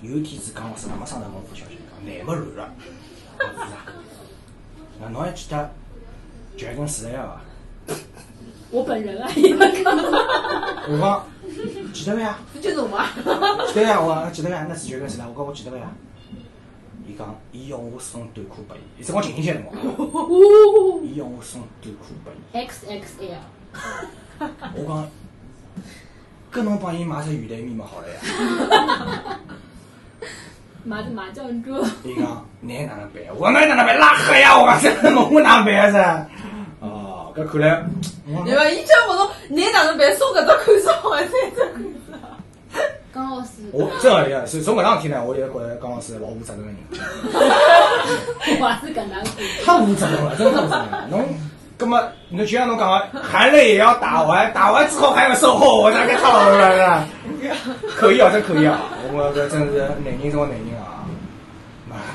有一天子讲老师，他妈上头跟我发消息讲，奶么乱了，我说是啊，那侬还记得全跟时代伐？我本人啊，也没看到。我讲记得伐呀？不就侬嘛？记得呀，我讲记得啊呀，那是全跟时代，我讲我记得伐呀？伊讲，伊要我送短裤拨伊，伊正好情人节辰 光，哦伊要我送短裤拨伊。 ，X X L，我讲，搿侬帮伊买只鱼台面嘛好了呀？麻麻将桌，伊讲，你哪能办？我讲，那哪能办？拉黑呀！我讲，这我哪能办啊？这，哦，搿看来，我对伐？伊叫我侬，你哪能办？送搿只看送还是这看？刚老师，我真个呀，所以从搿桩事体呢，我就觉着江老师老负责任个人，我还是搿能苦。太负责任了，真的太负责任了。侬，葛么，侬就像侬讲个，含泪也要打完，打完之后还要售后，我大概太老实了，是吧？可以啊，真可以啊，我搿真是男人中个男人啊，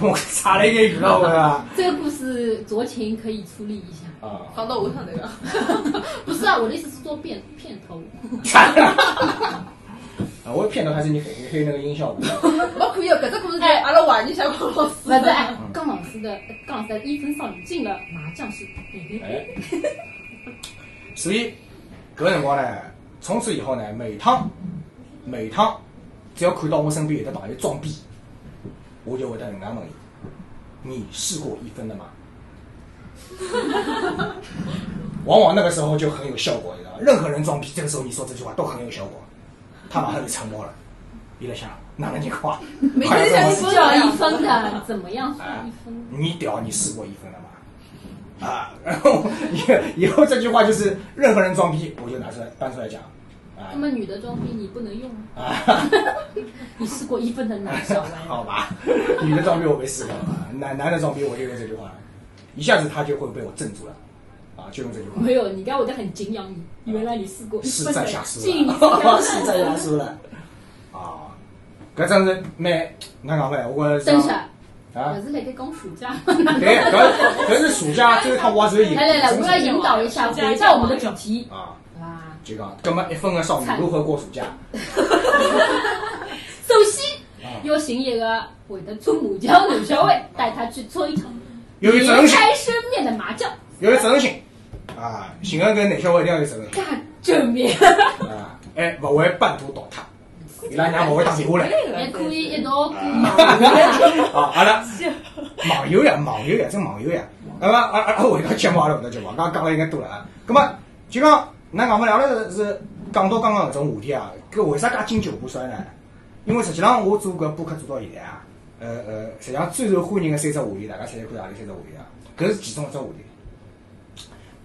我差了一个鱼了，我啊。这个故事酌情可以处理一下。 啊，放到我上头个。不是啊，我的意思是做片片头。 啊，我骗到他是你黑黑那个音效舞，没可以哦，搿只故事阿拉怀疑小光老师不是，哎，刚老师的，刚老师的一分少女进了麻将室。哎，所以搿个辰光呢，从此以后呢，每趟每趟只要看到我身边有的朋友装逼，我就会得能介问伊：你试过一分的吗？往往那个时候就很有效果，你知道吗？任何人装逼，这个时候你说这句话都很有效果，他马上就沉默了。伊在想哪能情况？每快天要想哎装一死分叫一分的，怎么样算一分？你屌，你试过一分了吗？啊， 然后以以后这句话就是任何人装逼，我就拿出来搬出来讲，啊那么女的装逼你不能用， 啊， 你试过一分的男小玩好吧，女的装逼我没试过，啊男男的装逼我就用这句话，一下子他就会被我镇住了，啊，就用这句话，没有，你看我就很敬仰你，原来你试过一是分在的下输 敬仰了，是在下输了，啊，搿真是蛮哪讲法，我觉着真傻，啊 我，是来个讲暑假。对，搿搿是暑假这一趟我还是有来来来，我要引导一下，回到我们的主题，啊。好 吧？就讲，葛么一分个少女如何过暑假？首先要寻一个会得搓麻将的男小孩，带他去搓一场要有责任离心，开生面的麻将，要有责任心啊！寻个搿男小孩一定要有责任心干正面，啊！哎，勿会半途倒塌，伊拉娘勿会打电话来也可以一道过 嘛。 啊！阿拉网友呀，网友呀，真网友呀！那么啊阿阿回到节目，阿拉回到节目，刚刚讲了应该多了啊。葛么就讲，那讲勿了，阿拉是讲到刚刚搿种话题啊，搿为啥介经久不衰呢？因为实际上我做搿播客做到现在啊，呃呃，实际上最受欢迎的三只话题，大家猜猜看是何里三只话题啊？搿是其中一只话题。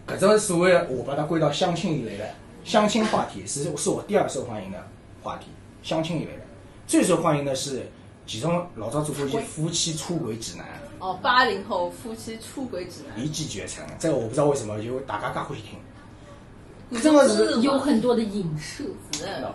搿只所谓我把它归到相亲一类的相亲话题，是是我第二受欢迎的话题，相亲一类的。最受欢迎的是其中老早做过一期夫妻出轨指南，哦，八零后夫妻出轨指南，一骑绝尘。这个我不知道为什么，就大家介欢喜听。真的是，有很多的影射，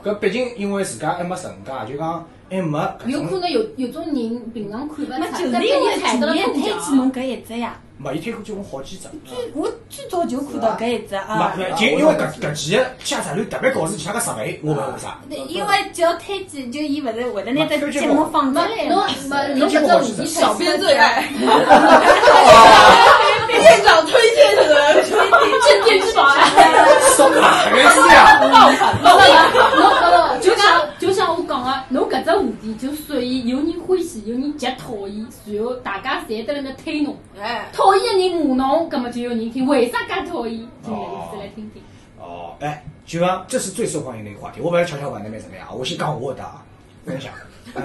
搿毕竟因为自家还没成家，就讲还没搿有可种，能有有种人平常看不那出就是来，但因为你踩去到了年痛推脚荐。侬搿一只呀，没伊推过结婚好几只。最我最早就看到搿一只啊。没，就因为搿搿期的下载率特别高，是其他个十倍，我勿晓得为啥。对，因为只要推荐，就伊勿是会得拿只节目放出没来侬嘛。没侬搿只话题小编最爱，店长推荐的，镇店之宝啊！送啊，还是呀，不不不，侬不不，就像就像我讲个，侬搿只话题就属于有人欢喜，有人极讨厌，然后大家侪在那边推侬，哎，讨厌的人骂侬，葛么就有人听，为啥介讨厌？今日我再来听听。哦，哎，就讲这是最受欢迎的一个话题。我不要悄悄问那边怎么样，我先讲我的啊，分享。呃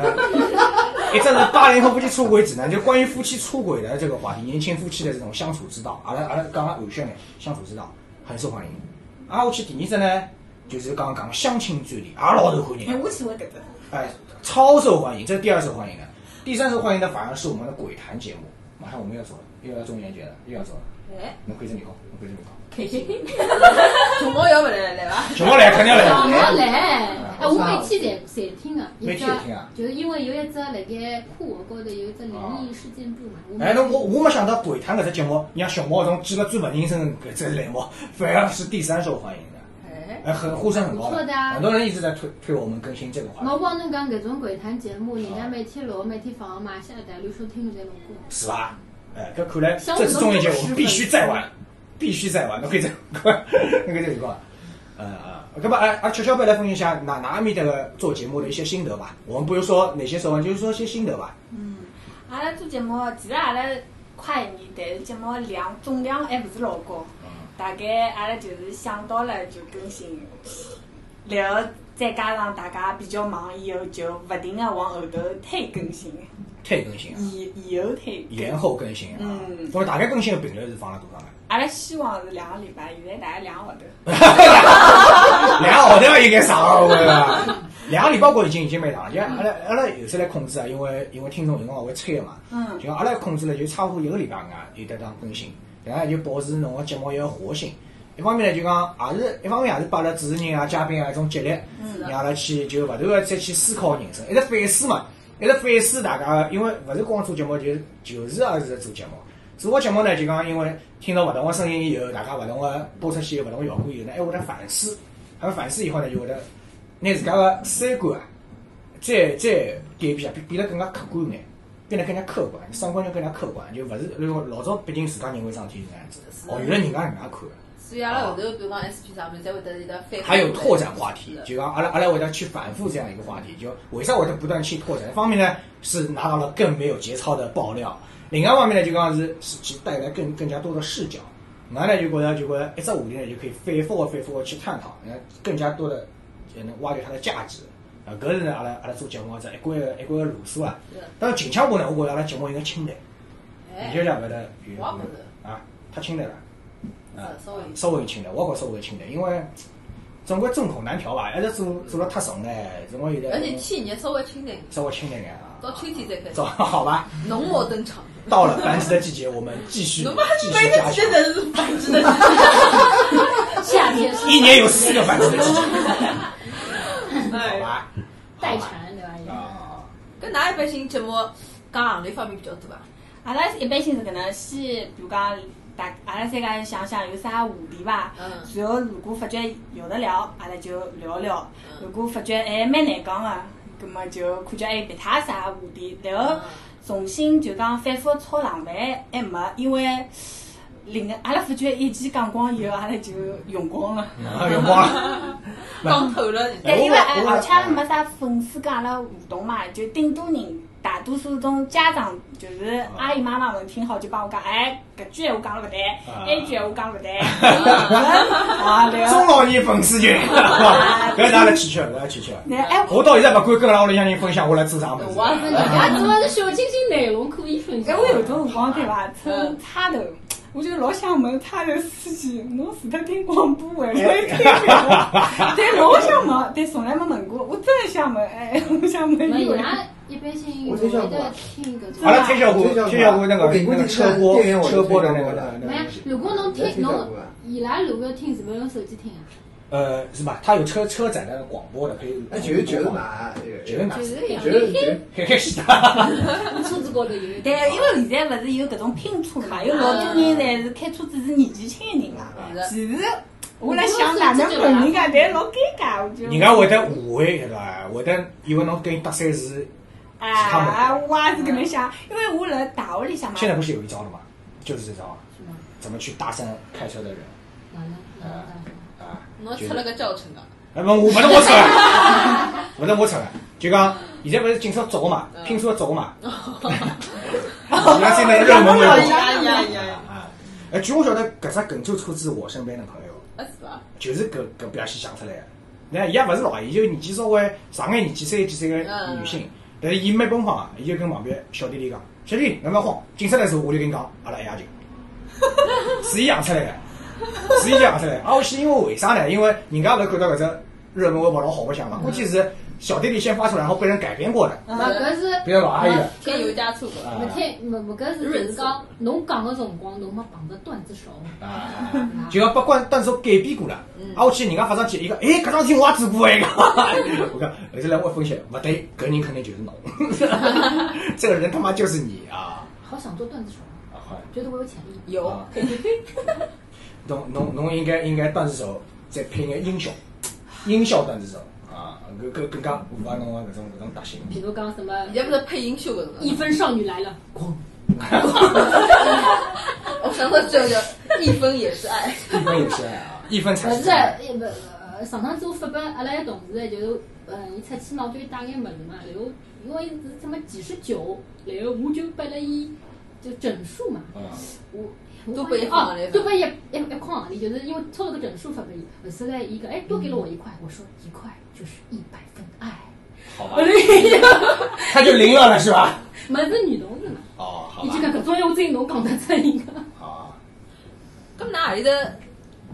一这是八零后夫妻出轨指南，就关于夫妻出轨的这个话题，年轻夫妻的这种相处之道，阿拉阿拉刚刚寒暄的相处之道很受欢迎。啊，我去第二只呢，就是刚刚讲相亲专题，也老受欢迎哎，。我喜欢搿只。哎，超受欢迎，这是第二受欢迎的。第三受欢迎的反而是我们的鬼谈节目，马上我们要走了，又要中元节了，又要走了。哎，侬可以这里搞，侬可以这里搞。熊猫要不来来吧？熊猫来肯定来。讲我来，哎，我每天侪侪听个，每一天也听啊只就是因为有一只辣盖酷我高头有一只灵异事件簿嘛，我哎，那们我我没想到鬼谈搿只节目，让熊猫从几个最勿认真搿只类目，反而是第三受欢迎的，哎，哎，很呼声很高不错的啊很多人一直在推推我们更新这个话我题，帮侬讲搿种鬼谈节目，人家每天录，每天放嘛，下载率收听率侪老高。是吧？哎，搿看来像这次中元节我们必须再我玩，必须再玩，侬可以再 玩，那个这个，呃啊，搿么哎，啊，悄悄贝来分析一下哪哪阿面的做节目的一些心得吧。我们不是说哪些时候，就是说一些心得吧。阿拉做节目，其实阿拉快一年，但是节目量总量还勿是老高。大概阿拉就是想到了就更新，然后再加上大家比较忙，以后就勿停的往后头推更新，退更新啊，嗯以以后推。延后更新啊。嗯那么大概更新的频率是放了多少呢？阿拉希望是两个礼拜，现在大概两个号头。两个号头应该上我了，两个礼拜过已经已经蛮长了，因为阿拉阿拉有时来控制啊，因为因为听众有辰光会催的嘛，嗯就讲阿拉控制了就差不多一个礼拜外有得当更新，然后就保持侬个节目一个活性。一方面呢，就讲也是一方面也是把阿拉主持人啊、嘉宾啊一种激励，让阿拉去就勿断的再去思考人生，一直反思嘛，一直反思大家，因为勿是光做节目，就是就是也是在做节目。做个节目呢，就讲因为听到勿同个声音以后，大家勿同个播出哎去有勿同个效果以后呢，还会得反思，还会反思以后呢，就会得拿自家个三观啊，再再改变一下，变啊变得更加客观眼，变得更加客观，三观要更加客观，就勿是那个老早毕竟自家认为桩事体是那样子，是学习了人家能介看。啊所以阿拉后头，比如讲 SP 上面，才会得一个反馈。还有拓展话题，就讲阿拉阿拉会得去反复这样一个话题，就为啥会得不断去拓展？一方面呢是拿到了更没有节操的爆料，另外一方面呢就讲是是去带来更更加多的视角。我呢就觉得就觉得一只话题呢就可以反复的反复的去探讨，然后更加多的也能挖掘它的价值。啊，搿是呢阿拉阿拉做节目或者一贯的一贯的路数啊是。但是近腔部呢，我觉得阿拉节目应该清淡，哎你就讲勿得，比如我也觉啊，太清淡了。啊是稍微稍微清淡，我觉着稍微清淡，因为总归众口难调吧，一直做做了太重呢，总归有点而且去年稍微清淡，稍微清淡点啊。到秋天再开始走，好吧，浓墨登场。到了繁殖的季节，我们继续侬妈继每续个加季强节，侪是繁殖的季节，夏天是一年有四个繁殖的季节，好吧？待产对伐？也啊，搿哪一般性节目讲行业方面比较多啊？阿拉一般性是搿能，先比如讲大阿拉三个人想想有啥话题伐，嗯然后如果发觉有得聊，阿拉就聊聊；嗯如果发觉还蛮难讲个，葛末就看叫还有别他啥话题，然嗯后重新就讲反复抄上来还没，因为另外阿拉发觉一期讲光以后，阿拉就用光了。啊用光了。讲透了，哎对，因为哎我而且没啥粉丝跟阿拉互动嘛，就顶多人大多数种家长啊就是阿姨妈妈们听好就帮我讲，哎，搿句闲话讲了勿对，啊那句闲话讲了勿 对，啊，然中后老年粉丝群，搿是阿拉欠缺，搿是欠缺。那哎，我到现在勿敢跟阿拉屋里向人分享我来做啥物事。我是人家做的是小清新内容可以分哎享。我有的辰光对伐，嗯趁插头，我就老想问插头司机，侬除脱听广播哎回来听对， 老想问，但从来没问过，我真的想问，哎， 我想问没你伊为啊拉一般性我会就想得过听搿阿种。拉推销过，推销过那个那个车播车播的那个那没个呀，如果侬听侬伊拉如果要听，是勿是用手机听啊？呃，是吧？它有车车载的广播的，可以。哎，就是就是嘛，这个就是嘛，是呀就是就是嘿嘿 是的。车子高头有一对点。，因为现在勿是有搿种拼车了嘛，有老多人侪是开车子是年纪轻的人嘛。是其实我辣想哪能问人家，但是老尴尬，我就人家会得误会，对伐？会得以为侬跟伊搭讪是，啊，我也是搿能想，因为我辣大学里向嘛，现在不是有一招了吗？就是这招啊，是吗？怎么去搭讪开车的人哪能哪能搭啊？侬就出了个教程啊？哎，不，我不是我扯的， 不是我扯的，就讲现在不是警察抓嘛，拼车抓嘛，人家现在热门哎为呀呀呀！啊，哎，据我晓得，搿只梗就出自我身边的朋友。啊是伐？就是搿搿表现想出来的。那伊也勿是老，伊就年纪稍微上眼年纪三十几岁个女性，但是伊蛮奔放啊，伊就跟旁边小弟弟讲：“小弟，侬勿要慌，警察来的时候我就跟你讲，阿拉一夜情。”是伊养出来的，是伊就养出来的。啊，我是因为为啥呢？因为人家勿是看到搿只热门微博老好白相嘛，估计是小弟弟先发出来，然后被人改编过的，勿搿是变成老阿姨了。添油加醋个。啊勿听勿勿搿是就是讲侬讲个辰光，侬没碰着段子手。啊，就要把关段手改变过了。啊，我去人家发上去一个，哎，搿桩事体我也做过哎个。 我讲，后头来我分析，勿对，搿人肯定就是侬， 这个人他妈就是你啊！好想做段子手啊，啊，好，觉得我有潜力。有啊侬侬侬应该应该段子手再配眼音效，音效段子手啊，搿搿更加符合侬个啊搿种搿种特性。比如讲什么现在勿是配音秀搿种一分少女来了，啊，我想到最后叫一分也是爱，一分也是爱啊，一分才勿是是爱。呃勿呃上趟子我发拨阿拉一同事，就是呃伊出去嘛，我叫伊带眼物事嘛，然后因为伊是什么几十九，然后我就拨了伊就整数嘛，嗯我。我多拨一发块现哦，行钿多拨一一一块行钿，就是因为凑了个整数发拨伊，后头来伊讲，哎，多给了我一块，我说一块就是一百分爱，好吧后，头伊就， 他就零了了是吧？没是女同事嘛，哦，好伊吧就，讲搿种闲话只有侬讲得出人家。好啊。咁㑚何里头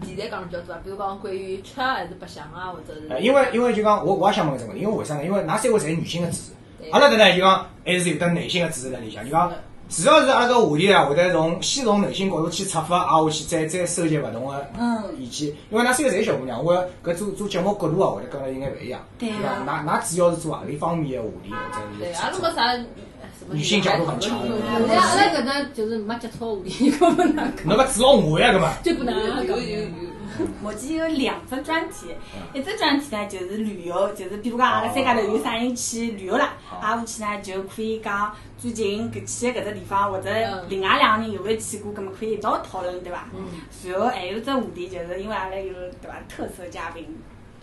题材讲得比较多啊？比如讲关于吃还是白相啊，或者呃，是因为因为就讲我我也想问这个问题，因为为啥呢？因为㑚三位侪是女性的主持对，阿拉搿呢就讲还是有得男性的主持在里向，就讲主要是阿拉搿话题啊，会得从先从男性角度去出发，啊，下去再再收集勿同的嗯意见。因为㑚三个侪是小姑娘，我搿做做节目角度啊，会得跟阿拉应该勿一样。对伐？啊㑚㑚主要是做何里方面的话题，或者对，是阿拉没啥什么女性角度很强。后来啊阿拉搿搭就是没接触话题，搿么哪个侬勿指望我啊呀，搿 嘛？就不能啊有有有有，目前有两只专题，一只专题呢就是旅游，就是比如讲阿拉三家头有啥人去旅游啦，挨下去呢就可以讲最近搿去的搿只地方，或者嗯另外两个人有没有去过，搿啊么可以一道讨论，对伐？然后还有只话题，就是因为阿拉有对伐特色嘉宾，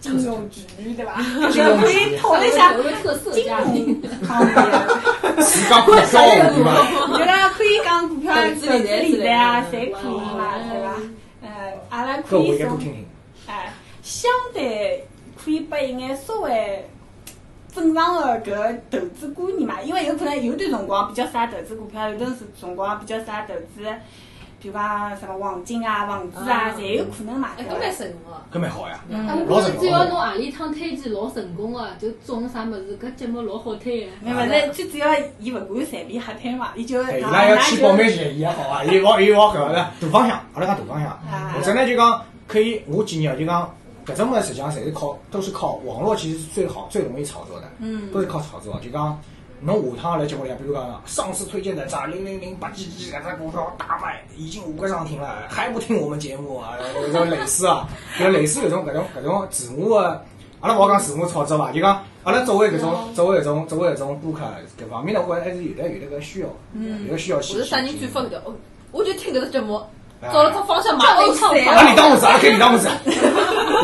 金融局对伐？就 可以讨论一下有个特色金家庭。融方面。 自家股票对伐？觉得可以讲股票投投资资理财理财啊，之侪可类以的嘛，对伐？呃，阿拉可搿我应以该多从听听。哎，相对可以拨一眼稍微正常的搿投资观念嘛，因为有可能有段辰光比较适合投资股票，有段时辰光比较适合投资，比如讲什么黄金啊、房子啊啊，侪有可能嘛，哎，对搿蛮伐？神功哦。搿蛮好呀，嗯啊，我觉着只要侬何里趟推荐老成功个，就中啥物事，搿节目老好推啊 个。那勿是，最主要伊勿管随便瞎推嘛，伊就哎，伊让拉要拉去就报名去，伊也好啊， 伊往伊往搿个大方向，阿拉讲大方向，啊或者呢就讲可以，我建议啊，就讲搿种物事实际上侪是靠都是靠网络，其实是最好最容易炒作的，嗯都是靠炒作，就讲。侬下趟来节目里向，比如讲上次推荐的啥零零零八几几搿只股票大卖，已经五个涨停了，还不听我们节目 啊？有种类似啊，有类似搿种搿种搿种自我的，阿拉勿好讲自我炒作伐，就讲阿拉作为搿哦种作为搿种作为搿种播客搿方面呢，我还是有的有的搿需要，嗯有的需要我去。是啥人转发搿条？哦我就听搿只节目，哎找了只方向马上就散把了。你当我子，啊，可以当 我子，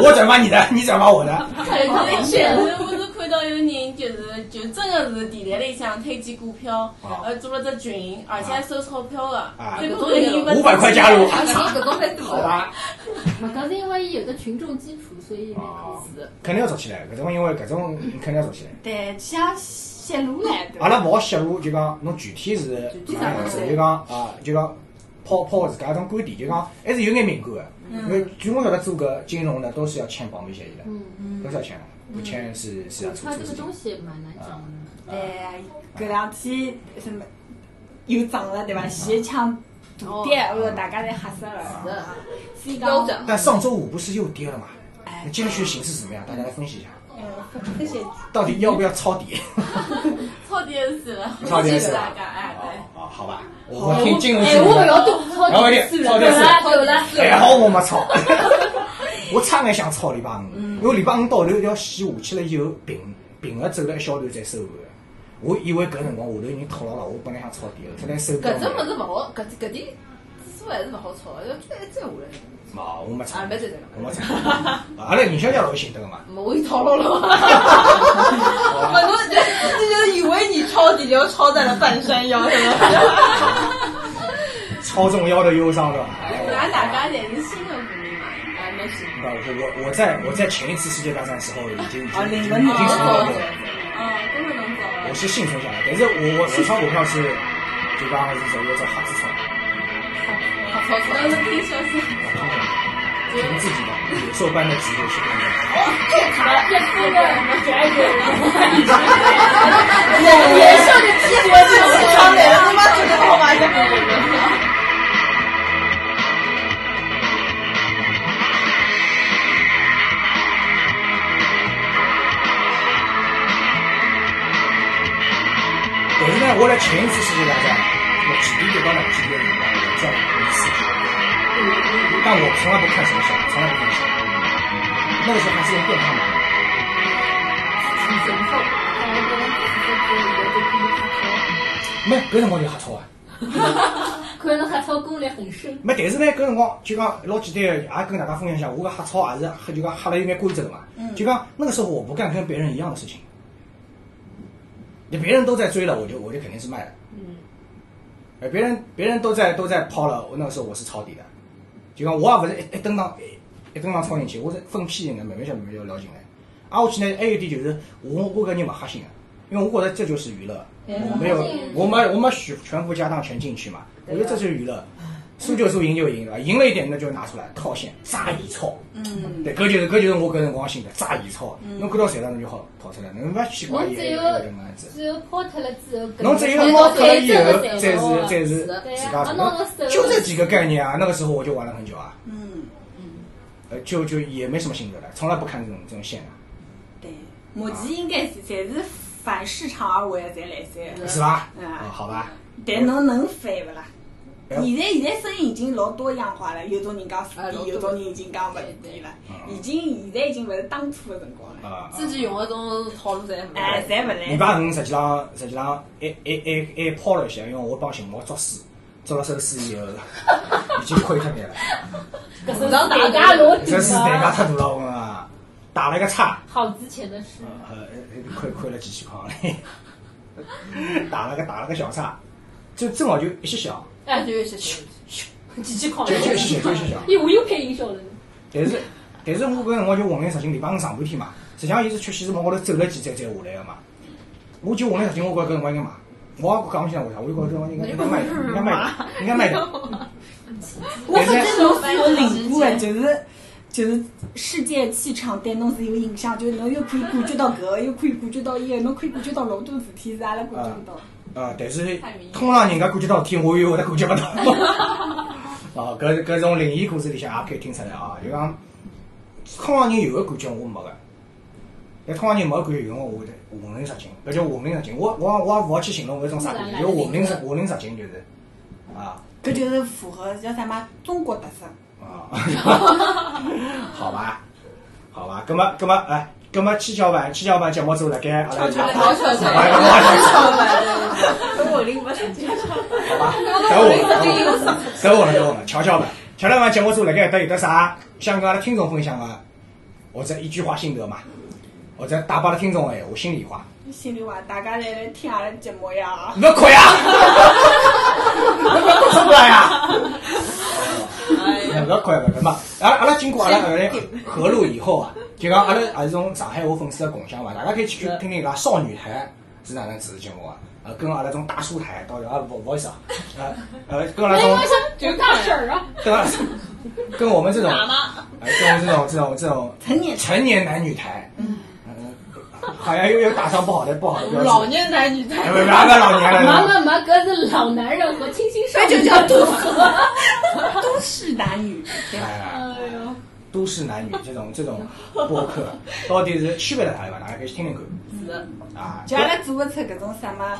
我转发你的，你转发我的，太我明是显了。 我是看到有人就是就真的是电台里向推荐股票啊，呃做了只群，而且还收钞票的啊，最后有人问五百块加入，啊搿种蛮多好的。吧，勿搿是因为伊有的群众基础，所以蛮啊好的。肯定要做起来，搿种因为搿种肯定要做起来。对，像泄露来对伐阿拉勿好泄露，就讲侬具体是哪样子，就讲啊，就讲抛抛自家一种观点，就讲还是有眼敏感的。嗯因为据我晓得，做搿金融呢，都是要签保密协议的，嗯，都是要签的，不签是是要股出啊票这出事个东情。西 也蛮难讲的。对，搿两天什么又涨了对伐？前一枪大跌，哎呦，大家侪吓死了。所以标讲，准，但上周五不是又跌了嘛？哎那接下去形势怎么样？大家来分析一下，哦呃，嗯这些到底要不要抄底？超电视了，超电视是了大家哎对。啊，好吧，我听金融新我勿闻，要动然后超一级点次抄了，电对视啦对啦。还哎好我没抄，我差眼想抄礼拜五，因为礼拜五到头一条线下去了以后，平平个走了一小段再收盘。我以为搿辰光下头人套牢了，我本来想抄底的，后来收掉搿只物了。事勿好，搿搿点指数还是勿好炒，要再再下来。冇，我没抄啊，没再再我没抄。啊阿拉营销家老有心得个嘛，我已套牢了嘛。勿侬这这就是以为你抄底，就抄在了半山腰，是吧？超中腰的忧伤对吧？哎咱大家侪是新的股民嘛，啊，没事。那哎我我我在我在前一次世界大战时候已经已经已经哦领了已经你抄到过了。哦，真的能找。我是幸存下来，但是我我我炒股票是，就刚刚是属于这瞎子炒，好炒我炒是听消息，凭自己的野兽般的直觉去判断。哎年少的激活自己上来了，他妈觉得好玩但是呢，我来前一次世界大战，我几点跌到哪几点赢了，我赚了一次。但我从来不看什么小，从来不看小。那个时候还是用电话买的。没，搿辰光就瞎炒啊！可能还操功力很深。没，但是呢，搿辰光就讲老简单个，也跟大家分享一下，我搿瞎炒也是黑就讲瞎了有眼规则的嘛。就讲那个时候我不干跟别人一样的事情，你别人都在追了，我就我就肯定是卖了。嗯。哎，别人别人都在都在抛了，我那个时候我是抄底的，就讲我也勿是一一登上一一登上抄进去，我是分批型的，慢慢下慢慢下聊进来。啊挨下去呢，还有一点就是我我搿人勿黑心的，因为我觉得这就是娱乐，我没有我没我没全全部家当全进去嘛，我觉得这就是娱乐。输就输，赢就赢，对吧？赢了一点，那就拿出来套现，炸一抄。嗯，对，搿就是搿就是我搿辰光心的，炸一抄。侬搿到赚了，侬就好跑出来，侬勿要去管伊侬只有搿个样子。只有抛脱了之后，侬只有猫脱了以后，再是再是自家做。就这几个概念啊，那个时候我就玩了很久啊。嗯呃，就就也没什么心得了，从来不看这种这种线啊。对，目前应该是侪是反市场而为侪来三个。是伐？嗯哦好吧。但侬能反勿啦？哎现在现在声音已经老多样化了，有种人讲是哎老多有种人已经讲勿是了，已经现在已经勿是当初的辰光了，啊，自己用的种套路侪勿哎，来。侪勿礼来。拜五实际上实际上还还还还抛了一下，因为我帮熊猫作诗，作了首诗以后，已经亏脱眼了。搿是大家落地这诗代价了，太大了，我跟你讲，打了个叉，好值钱的事。呃，亏亏了几千块嘞，打了个打了个小叉，就正好就一些小，哎，就有些就几千块就就一些小，就一些小。咦，我又配音效了。但是但是我搿辰光就混了实情，礼拜五上半天嘛，实际上伊是缺席是往高头走了几站再下来个嘛。我就混了实情，我觉着搿辰光应该买，我也讲勿清爽为啥，我就觉着应该应该买，应该买，应该买的。我但反是正侬是有领悟的，就是就是世界气场对侬是有影响，就是侬又可以感觉到搿个，又可以感觉到伊个，侬可以感觉到老多事体是阿拉感觉勿到。啊，但是通常人家感觉到天，我又会得感觉勿到。 哦，搿是搿从灵异故事里向也可以听出来啊，就讲通常人有个感觉我没个，但通常人没个感觉有辰光我会得魂灵实境，搿叫魂灵实境。我我我也勿好去形容搿种啥感觉，就魂灵实魂灵实境就是啊搿就是符合叫啥嘛中国特色。啊， 好吧，好吧，葛么葛么哎，葛么七巧板七巧板节目组辣盖阿拉哎 来老巧巧，我灵勿是好吧，等我，等我了，等我了，瞧瞧吧，瞧瞧吧，节目组辣盖搭有得啥想跟阿拉听众分享个，或者一句话心得嘛，或者打把阿拉听众个闲话、心里话，心里话，大家来来听阿拉节目呀。你不可以啊， 不啊出来呀，不可以不嘛，啊阿拉阿拉经过阿拉后来合录以后啊，就讲阿拉也是从上海话粉丝的共享嘛，大家可以去去听听人家少女台是哪能主持节目啊。呃，跟阿拉种大叔台，到底啊不不好意思啊，呃呃，跟阿拉哎，种我想就大婶儿啊，对吧？跟我们这种，哎，跟我们这种这种这种成年成年男女台，嗯，好像又又打上不好的不好的标志。老年男女哎，不要不要老年没了，没没，搿是老男人和清新少女。就叫都市 都市男女，对吧？哎， 哎呦，都市男女这种这种播客到底是区别在哪里吧？大家可以去听听看。啊，就阿拉做勿出搿种啥嘛，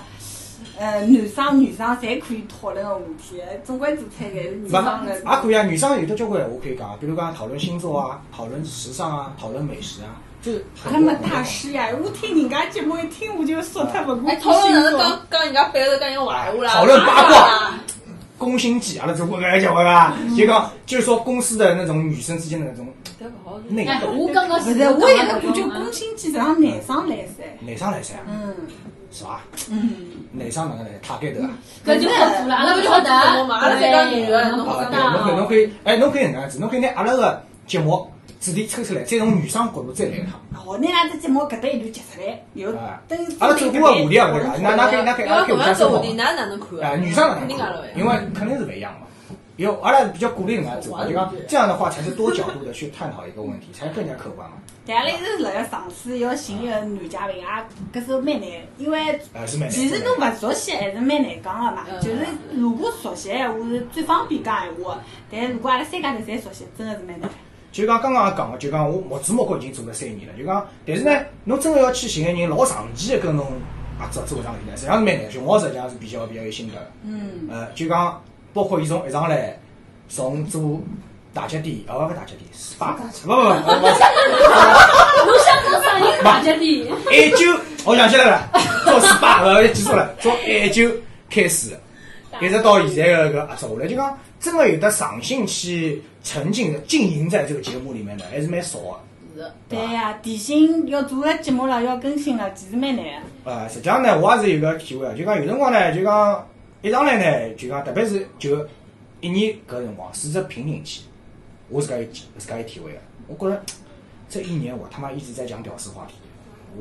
呃，男生女生侪可以讨论个话题，总归做出来侪是女不，生也的。可以啊。女生有的交关闲话可以讲，比如讲讨论星座啊，讨论时尚啊，讨论美食啊，就是很那多么大师呀！我听人家节目一听我就说他勿过哎，讨论哪能讲讲人家背后讲人坏话啦，讨论八卦。宫心计，阿拉做过搿个节目啊，就讲就是说公司的那种女生之间的那种搿勿好。内哎，斗，我刚刚不是，我一直感觉宫心计是让男生来噻。内伤来噻，嗯是吧？嗯，内伤哪能来？塔盖头啊？搿就好做了，阿拉勿晓得，阿拉才当女人嗯侬啊，勿对，侬可以，侬可以，哎，侬可以搿能样子，侬可以拿阿拉个节目主题抽出来，再从女生角度再来一趟。好，拿咱只节目搿搭一段截出来，有哎等阿拉走过个话题也勿对个，那那可以，那可以，阿拉可以互搿相样参做考话。题，哪哪能看？哎，女生哪嗯能肯定阿拉看？因为肯定是勿一样嘛。有阿拉比较鼓励人家做，就讲这样的话才是多角度的去探讨一个问题，才更加客观嘛。但阿拉一直辣盖尝试要寻一个男嘉宾，也搿是蛮难，因为啊，是蛮难的。其实侬勿熟悉还是蛮难讲个嘛。就是如果熟悉闲话是最方便讲闲话，但如果阿拉三家头侪熟悉，真的是蛮难。就讲刚刚也讲个，就讲我目指目高已经做了三年了，就讲，但是呢，侬真个要去寻个人老长期的跟侬合作做上去呢，实际上是蛮难。熊猫实际上是比较比较有心得的，嗯，呃，就讲包括伊从一上来，从做大脚店，哦，勿是大脚店，SPA，不不不不，侬想讲啥人大家的？艾灸，我想起来了，做 SPA，呃，记住了，从艾灸开始，一直到现在个搿合作下来，就讲真个有得上心去沉浸的经营在这个节目里面的，还是蛮少的。对呀、提醒要做个节目了，要更新了，其实蛮难的。呃，实际上呢，我也是有个体会啊，就讲有辰光呢，就讲一上来呢，就讲特别是就一年搿辰光，四只平人期，我自家有自家有体会个，我觉着这一年我他妈一直在讲屌丝话题，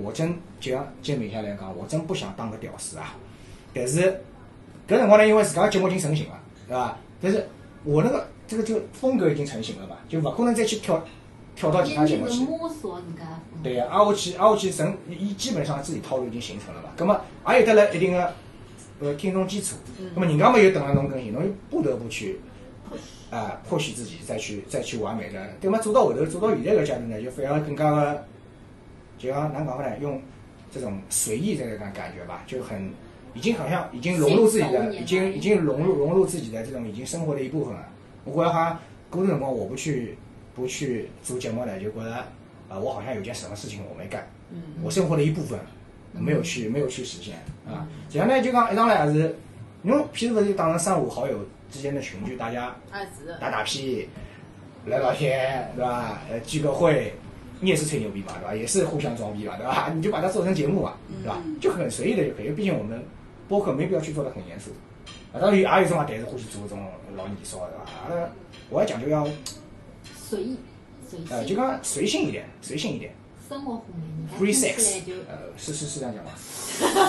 我真就像见面下来讲，我真不想当个屌丝啊，但是搿辰光呢，因为自家的节目已经成型了，对伐？但是我那个这个这个风格已经成型了嘛，就勿可能再去跳跳到其他节目去。摸索人家。对呀、挨下去挨下去，成伊基本上自己套路已经形成了嘛。葛么也有得了一定的呃听众基础，葛么人家嘛又等了侬更新，侬又不得不去啊迫使自己再去再去完美的。对嘛，做到后头做到现在搿阶段呢，就反而更加的，就讲哪能讲法呢？用这种随意的那种感觉吧，就很已经好像已经融入自己的，已经已经融入融入自己的这种已经生活的一部分了。我觉着好像过段辰光我不去不去做节目呢，就觉着啊，我好像有件什么事情我没干，我生活的一部分没有去没有去实现啊。实际上呢，就讲一上来也是，侬譬如勿是当成三五好友之间的群聚，大家哎，是的，打打屁，聊聊天，对吧？呃，聚个会，你也是吹牛逼嘛，对吧？也是互相装逼嘛，对吧？ 你就把它做成节目嘛，对吧？嗯就很随意的就可以，毕竟我们播客没必要去做的很严肃。啊，当然也有种啊，但是欢喜做这种老年骚，对吧？阿拉我还讲究要随意随呃，性就讲随性一点，随性一点生活化嘛，人，free 家听起来 sex，就呃，是是是这样讲吗？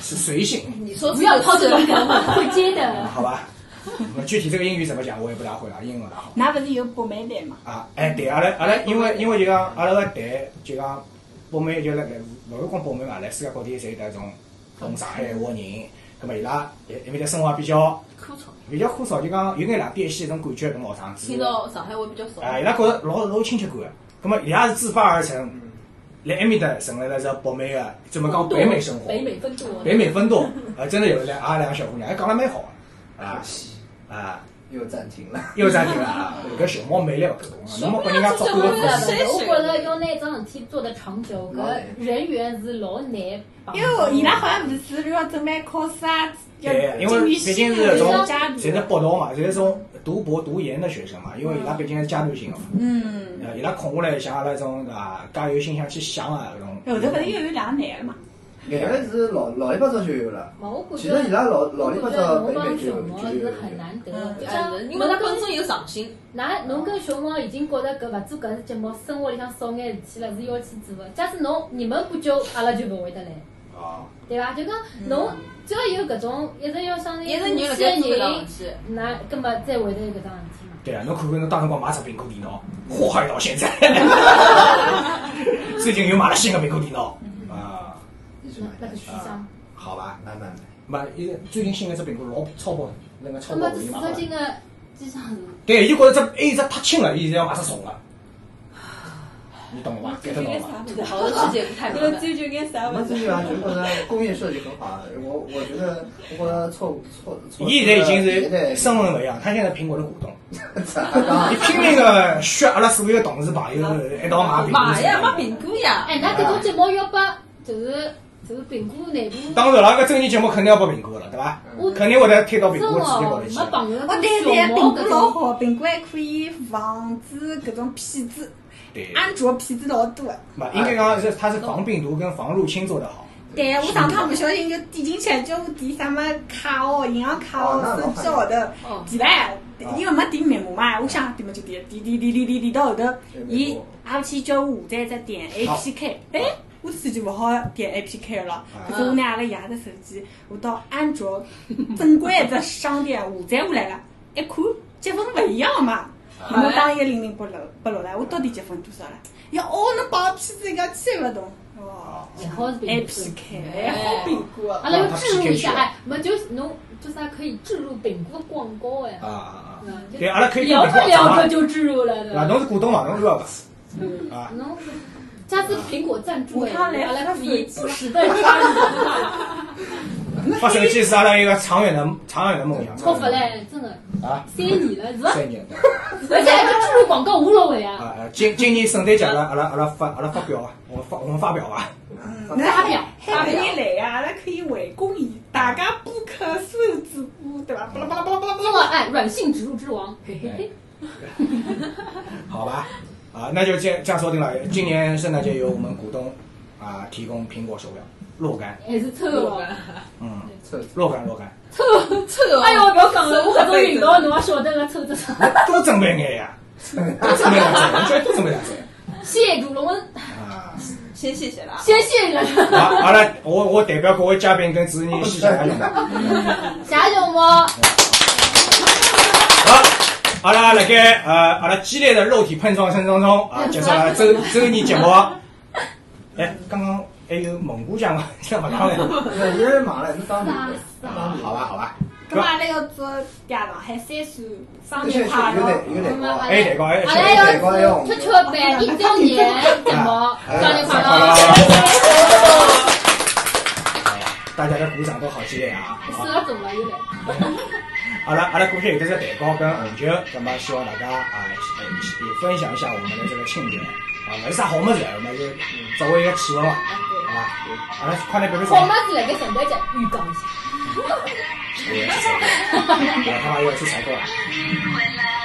是随 性，你说不要靠这种讲法，会接嗯的。好吧？那具体这个英语怎么讲，我也不大会啊，英文大好。㑚勿是有北美队嘛？啊，哎，对，阿拉阿拉，因为因为就讲阿拉个队就讲北美就来来，勿是光北美嘛，啊来世界各地侪有得种懂上海话人，葛末伊拉一一面的生活比较枯燥，比较枯燥，就讲有眼两边系一种感觉，搿学生子，听到上海话比较少。啊，伊拉觉着老老有亲切感个，葛末伊拉是自发而成，嗯来埃面搭成为了这北美个，怎么讲北美生活，北美分舵，北美风度，啊，真的有了阿拉两个小姑娘，还讲了蛮好个，啊可惜啊。又暂停了。又暂停了啊！搿熊猫魅力勿够，侬没拨人家照顾我了觉。得我觉着要拿一桩事体做得长久，搿人员是老难嗯帮。因为伊拉好像勿是要准备考试啊，要对，因为毕进竟入新是的从家庭侪是北大嘛，侪是从读博读研的学生嘛，因为伊拉毕竟是阶段性的嘛，嗯，呃，伊拉空下来像阿拉种啊加油心想去想啊后搿头勿是种。又有两个男的嘛？眼泪是老老一辈子就有了，嘛，我其感实觉伊拉老老我一辈觉子得北侬美帮就有熊猫就有是有。很难得嗯的，就哎像是因为他本身有上心，㑚侬跟熊猫已经觉着搿勿做搿节目，生活里向少眼事体了，是要去做的。假使侬你们不揪，阿拉就勿会得来，啊，对伐？就讲侬只要有搿种一直要想着一直人人辣盖做搿桩人，事体，那根本再会得有搿桩事体嘛。对啊，侬看看侬当辰光买只苹果电脑，祸害到现在。 最近又买了新的苹果电脑啊，一直那买那个下去虚张，好吧，慢慢买。买一个最近新的只苹果老超薄，那个超那薄么我这已经买了。四十斤的机场是对，伊就觉得这还有一只太轻了，伊现在要买只重的。你懂了吧？get 到了吧？吐槽的世界不太这明个 白。追究眼啥我们物自事？己吧，就觉得工业设计很好。我我觉得，我觉得错误错错。伊现在已经现在是身份不一样，他现在苹果的股东，啊伊拼命的削阿拉所有的同事朋友一道买苹果买呀，买手机。苹果啊呀！哎，那搿种节目要拨就是就是苹果内部，当然了，搿综艺节目肯定要报苹果了，对伐？我肯定会得推到苹真果直接哦搞没去。碰着过我对熊对，苹猫果搿老种。好，苹果还可以防止搿种骗子，对，安卓骗子老多的。嘛，应该讲是它是防病毒跟防入侵做得好。对，我上趟不小心就点进去，叫我点什么卡哦，银行卡哦，手机号头点来，因为没点密码嘛，我想点么就点，点点点点点点到后头，伊阿去叫我下载只点 APK，哎，我自己勿好点 APK 了，可是我拿阿拉爷的手机，我到安卓正规一只商店下载下来了，一看积分勿一样嘛，我当一个零零八六八六了，我到底积分多少了？要哦，侬把骗子人家千勿懂，哦哇！还好是苹 A 果 P K，哎苹果阿拉要置入一下，哎，没就是侬就是还可以置入苹果广告哎啊，啊啊！嗯，就对，阿拉可以聊跟着苹果聊合着作嘛就置入了，对对伐？吧？侬是股东嘛，侬是要伐？啊，侬下次苹果赞助哎，我看来阿拉可以不时的 发手机是阿拉一个长远的长远的梦想。超发嘞，真的啊，三年了是吧？三年。而且还是置入广告无所谓啊，啊，呃今今年圣诞节阿拉阿拉阿拉发阿拉发表啊，我们发我们发表啊，发表还可以来呀，阿拉可以为公益，大家播客收直播，对吧？巴拉巴拉巴拉巴拉巴因为哎，软性植入之王，嘿嘿嘿，哎 好吧？啊，那就这样这样说定了。今年圣诞节由我们股东啊提供苹果手表，若干，还是臭哦，嗯，错若干若干，臭臭，哦哎呦，不要讲了，我搿种运动侬也晓得个臭得啥？多准备眼呀，多准备两只，我觉得多准备两只 谢主隆恩，啊。先谢谢啦。先谢人，好，阿拉我我代表各位嘉宾跟主持人谢谢大家。谢谢熊猫，好，阿拉辣盖呃阿拉激烈的肉体碰撞声当中啊，结束了周周年节目。哎，刚刚还有蒙古酱吗？这勿讲了。 那也买了，你当啥礼物，啥好吧，好吧，咁阿拉要做嗲上海三岁生这日是快有乐点，有点高啊。哎，难怪哎，阿拉哎要出出版一周年节目，生日哎快乐！哎大家的鼓掌都好激烈啊！手要肿了又来，阿拉阿拉估计有的是蛋糕跟红酒，那么希望大家啊，呃呃分享一下我们的这个庆典啊，没啥好么子，我们就嗯作为一个气氛嘛，好吧？阿拉快点表表好手么。子来个圣诞节预告一下。我也去采购，我他妈又要去采购了。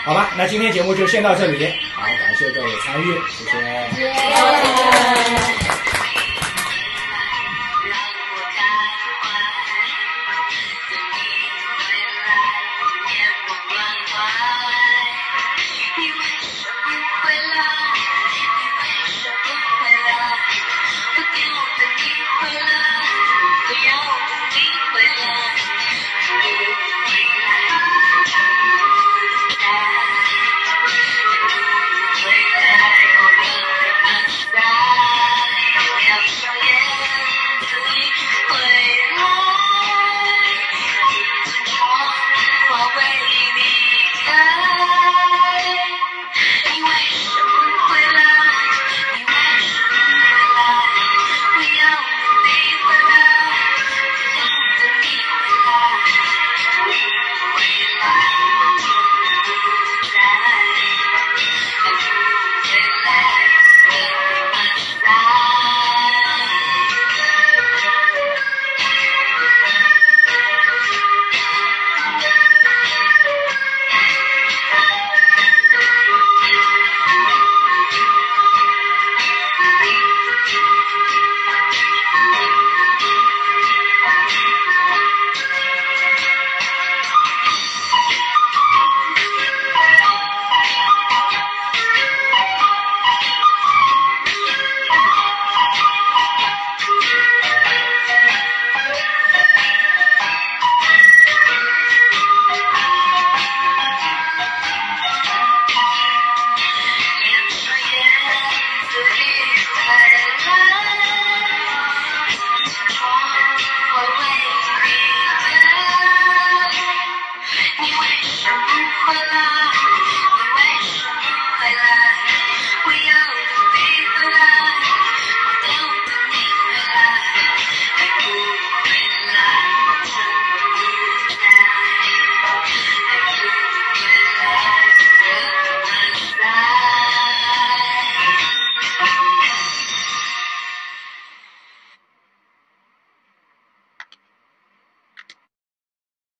好吧，那今天节目就先到这里，好，感谢各位参与，谢谢。 You